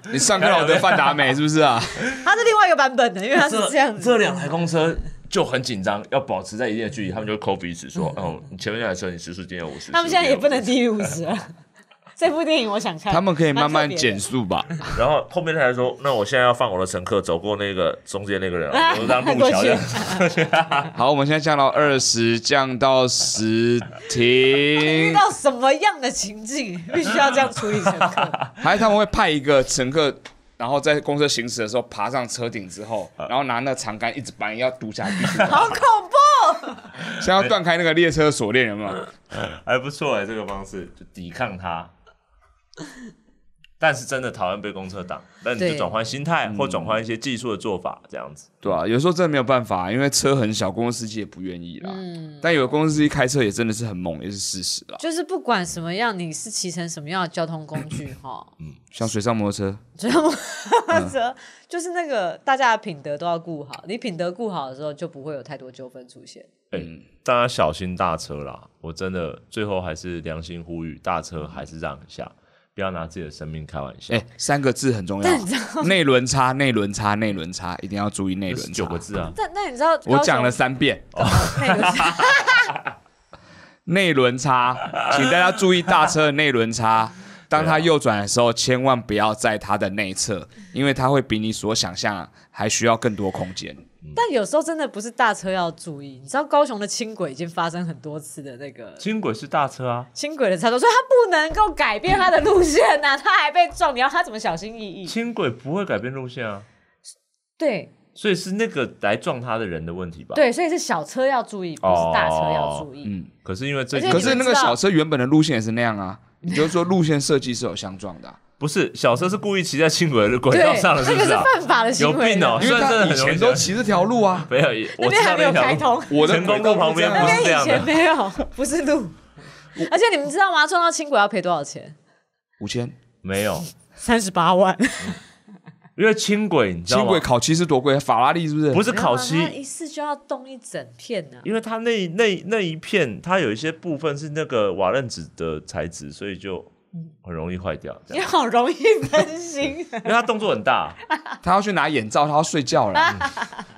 Speaker 1: 就
Speaker 3: 你上课老得范达美是不 是啊？
Speaker 2: 它是另外一个版本的，因为它是这样子。
Speaker 1: 这两台公车就很紧张，要保持在一定的距离，他们就会抠鼻子说：“哦，你前面那台车你时速今天有五十。”
Speaker 2: 嗯他们现在也不能低于五十 了。这部电影我想看，
Speaker 3: 他们可以慢慢减
Speaker 2: 减。
Speaker 3: 速吧？
Speaker 1: 然后后面那台说：“那我现在要放我的乘客走过那个中间那个人，
Speaker 3: 啊
Speaker 1: 我就让他路桥这样。
Speaker 3: 好，我们现在降到二十，降到十
Speaker 2: 遇
Speaker 3: 停。
Speaker 2: 到什么样的情境，必须要这样处理乘 客？
Speaker 3: 还是他们会派一个乘客，然后在公车行驶的时候爬上车顶之后，然后拿那长杆一直把你要堵下去，
Speaker 2: 好恐怖！
Speaker 3: 像要断开那个列车锁链，有没有？
Speaker 1: 还不错哎、这个方式就抵抗它。但是真的讨厌被公车挡，那你就
Speaker 2: 对
Speaker 1: 转换心态或转换一些技术的做法，这样子。
Speaker 3: 对啊，有时候真的没有办法，因为车很小，公司司机也不愿意啦。
Speaker 2: 嗯
Speaker 3: 但有的公司司机开车也真的是很猛，也是事实啦。
Speaker 2: 就是不管什么样，你是骑乘什么样的交通工 具，哈，
Speaker 3: 像水上摩托车，
Speaker 2: 知道吗？
Speaker 1: 嗯
Speaker 2: 这就是那个大家的品德都要顾好。你品德顾好的时候，就不会有太多纠纷出现。
Speaker 1: 哎、
Speaker 3: 嗯
Speaker 1: 大家小心大车啦！我真的最后还是良心呼吁，大车还是让一下，不要拿自己的生命开玩笑。
Speaker 3: 哎、三个字很重要，内轮差，内轮差，内轮差，一定要注意内
Speaker 1: 这
Speaker 3: 轮差。
Speaker 1: 九个，字啊，
Speaker 2: 但那你知道高雄，
Speaker 3: 我讲了三遍，
Speaker 2: 那个是
Speaker 3: 内轮 差，请大家注意大车的内轮差。当它右转的时候，千万不要在它的内侧，因为它会比你所想象还需要更多空间。
Speaker 2: 但有时候真的不是大车要注意，你知道高雄的轻轨已经发生很多次的那个
Speaker 1: 轻轨是大车啊，
Speaker 2: 轻轨的插头，所以它不能够改变它的路线呐、它还被撞，你要它怎么小心翼翼？
Speaker 1: 轻轨不会改变路线啊，
Speaker 2: 对
Speaker 1: 所以是那个来撞他的人的问题吧？。
Speaker 2: 对，所以是小车要注意，不是大车要
Speaker 1: 哦
Speaker 2: 注意。
Speaker 1: 可是因为这
Speaker 2: 而且
Speaker 3: 可
Speaker 1: 个
Speaker 2: 你
Speaker 3: 是那个小车原本的路线也是那样啊，你就是说路线设计是有相撞的啊、
Speaker 1: 不是小车是故意骑在轻轨的轨
Speaker 2: 对，
Speaker 1: 道上了，是
Speaker 2: 这
Speaker 1: 不
Speaker 2: 个是
Speaker 1: 啊？
Speaker 2: 犯法的行为
Speaker 1: 有病哦
Speaker 2: 的。
Speaker 3: 因
Speaker 1: 虽
Speaker 3: 为
Speaker 1: 然真的
Speaker 3: 他以
Speaker 1: 很容易
Speaker 3: 前
Speaker 1: 讲
Speaker 3: 都骑这条路啊。
Speaker 1: 没有，
Speaker 2: 那
Speaker 1: 我
Speaker 2: 边
Speaker 1: 知
Speaker 2: 还
Speaker 1: 道
Speaker 2: 没有
Speaker 1: 条
Speaker 2: 开
Speaker 1: 路
Speaker 2: 通，
Speaker 3: 我的
Speaker 1: 成功
Speaker 3: 轨道
Speaker 1: 路旁边
Speaker 3: 这样
Speaker 1: 不
Speaker 3: 啊
Speaker 1: 是这
Speaker 2: 那边以
Speaker 1: 样
Speaker 2: 前
Speaker 1: 的，
Speaker 2: 没有，不是路。而且你们知道吗？撞到轻轨要赔多少钱？
Speaker 3: 五千，
Speaker 1: 没有，
Speaker 2: 三十八万。
Speaker 1: 因为轻轨你知道
Speaker 3: 轻
Speaker 1: 吗
Speaker 3: 轨？烤漆是多贵？法拉利是不是？
Speaker 1: 不是烤
Speaker 2: 没有啊它
Speaker 1: 漆，
Speaker 2: 一次就要动一整片呢、
Speaker 1: 因为它那那那一片，它有一些部分是那个瓦楞纸的材质，所以就很容易坏掉， 这
Speaker 2: 你
Speaker 1: 样，
Speaker 2: 好容易分心。 啊
Speaker 1: 因为他动作很大
Speaker 3: 他要去拿眼罩，他要睡觉了。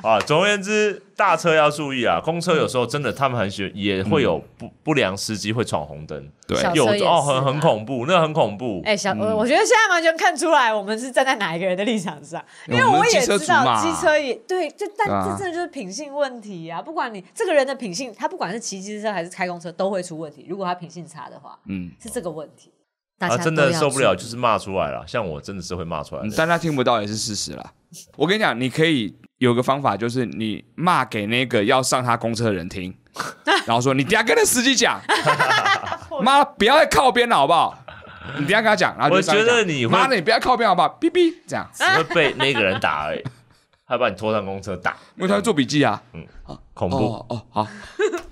Speaker 1: 啊。总而言之，大车要注意啊，公车有时候真的他们很喜欢也会有不不良司机会闯红灯，
Speaker 3: 对
Speaker 2: 小
Speaker 1: 有
Speaker 2: 嗯车也是
Speaker 1: 哦，很很
Speaker 2: 啊
Speaker 1: 恐怖，那很恐怖。
Speaker 2: 哎、小、我我觉得现在完全看出来我们是站在哪一个人的立场上，
Speaker 1: 嗯
Speaker 2: 因为
Speaker 3: 我们是
Speaker 2: 也
Speaker 3: 机车
Speaker 2: 知
Speaker 3: 族
Speaker 2: 道
Speaker 3: 嘛
Speaker 2: 机车也对，这但
Speaker 3: 对啊
Speaker 2: 这真的就是品性问题啊！不管你这个人的品性，他不管是骑机车还是开公车都会出问题。如果他品性差的话，
Speaker 3: 嗯，
Speaker 2: 是这个问题。大
Speaker 1: 啊，
Speaker 2: 家
Speaker 1: 真
Speaker 2: 都
Speaker 1: 的
Speaker 2: 要
Speaker 1: 受不了，
Speaker 2: 注
Speaker 1: 就
Speaker 2: 意
Speaker 1: 是骂出来了。像我真的是会骂出来的。
Speaker 3: 但他听不到也是事实啦。我跟你讲，你可以有个方法，就是你骂给那个要上他公车的人 听，然后说你等一下跟那司机讲，妈不要再靠边了好不好？你等一下跟他讲，然后就
Speaker 1: 我
Speaker 3: 上去
Speaker 1: 觉得
Speaker 3: 讲
Speaker 1: 你会
Speaker 3: 妈的，你不要靠边好不好？哔哔这样，
Speaker 1: 只会被那个人打而已，他把你拖上公车打，
Speaker 3: 因为他会做笔记啊。
Speaker 1: 恐怖。
Speaker 3: 哦哦 好，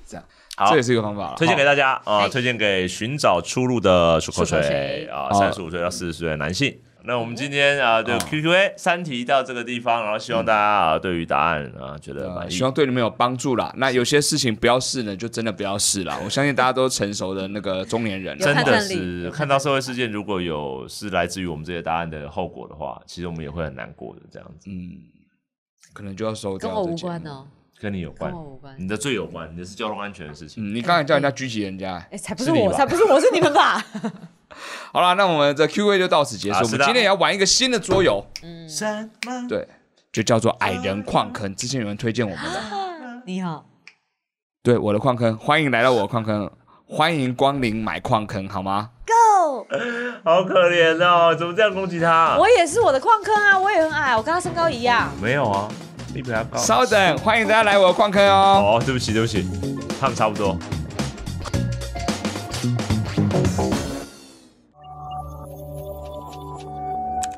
Speaker 3: 这样
Speaker 1: 好
Speaker 3: 这也是一个方法啦。
Speaker 1: 推荐给大家啊、
Speaker 2: 嗨
Speaker 1: 推荐给寻找出路的漱口
Speaker 2: 漱口水
Speaker 1: 水啊，
Speaker 3: 好
Speaker 1: 三十五岁到四十岁的男性。那我们今天啊，就
Speaker 3: 哦
Speaker 1: QQA 三题到这个地方，然后希望大家啊，对于答案啊觉得
Speaker 3: 呃
Speaker 1: 满意
Speaker 3: 希。望对你们有帮助啦。那有些事情不要试呢，就真的不要试啦。我相信大家都成熟的那个中年人了，
Speaker 1: 真
Speaker 2: 有判
Speaker 1: 的
Speaker 2: 断力
Speaker 1: 是
Speaker 2: 有
Speaker 1: 看
Speaker 2: 判
Speaker 1: 到
Speaker 2: 断力
Speaker 1: 社会事件，如果有是来自于我们这些答案的后果的话，其实我们也会很难过的。这样子
Speaker 3: 嗯，可能就要收掉
Speaker 2: 跟我
Speaker 3: 这
Speaker 2: 无
Speaker 3: 节目
Speaker 2: 关。哦，
Speaker 1: 跟你有关
Speaker 2: 跟我，无关。哦
Speaker 1: 你的最有关，你的是交通安全的事情。
Speaker 3: 嗯，你刚才叫人家狙击人家、
Speaker 2: 哎、才不是
Speaker 1: 是你
Speaker 2: 我，
Speaker 1: 吧
Speaker 2: 才不是我，是你们吧？
Speaker 3: 好啦，那我们的 Q&A 就到此结束。
Speaker 1: 啊
Speaker 3: 我
Speaker 1: 是
Speaker 3: 们
Speaker 1: 的
Speaker 3: 今天也要玩一个新的桌游，
Speaker 1: 山吗？
Speaker 3: 对，就叫做矮人矿坑。之前有人推荐我们的，
Speaker 2: 你好，
Speaker 3: 对我的矿坑，欢迎来到我的矿坑，欢迎光临买矿坑，好吗？
Speaker 1: 好可怜哦，怎么这样攻击他？
Speaker 2: 我也是我的矿坑啊，我也很矮，我跟他身高一样。
Speaker 1: 没有啊，你比他高。
Speaker 3: 稍等，欢迎大家来我的矿坑哦。
Speaker 1: 哦，对不起，对不起，他们差不多。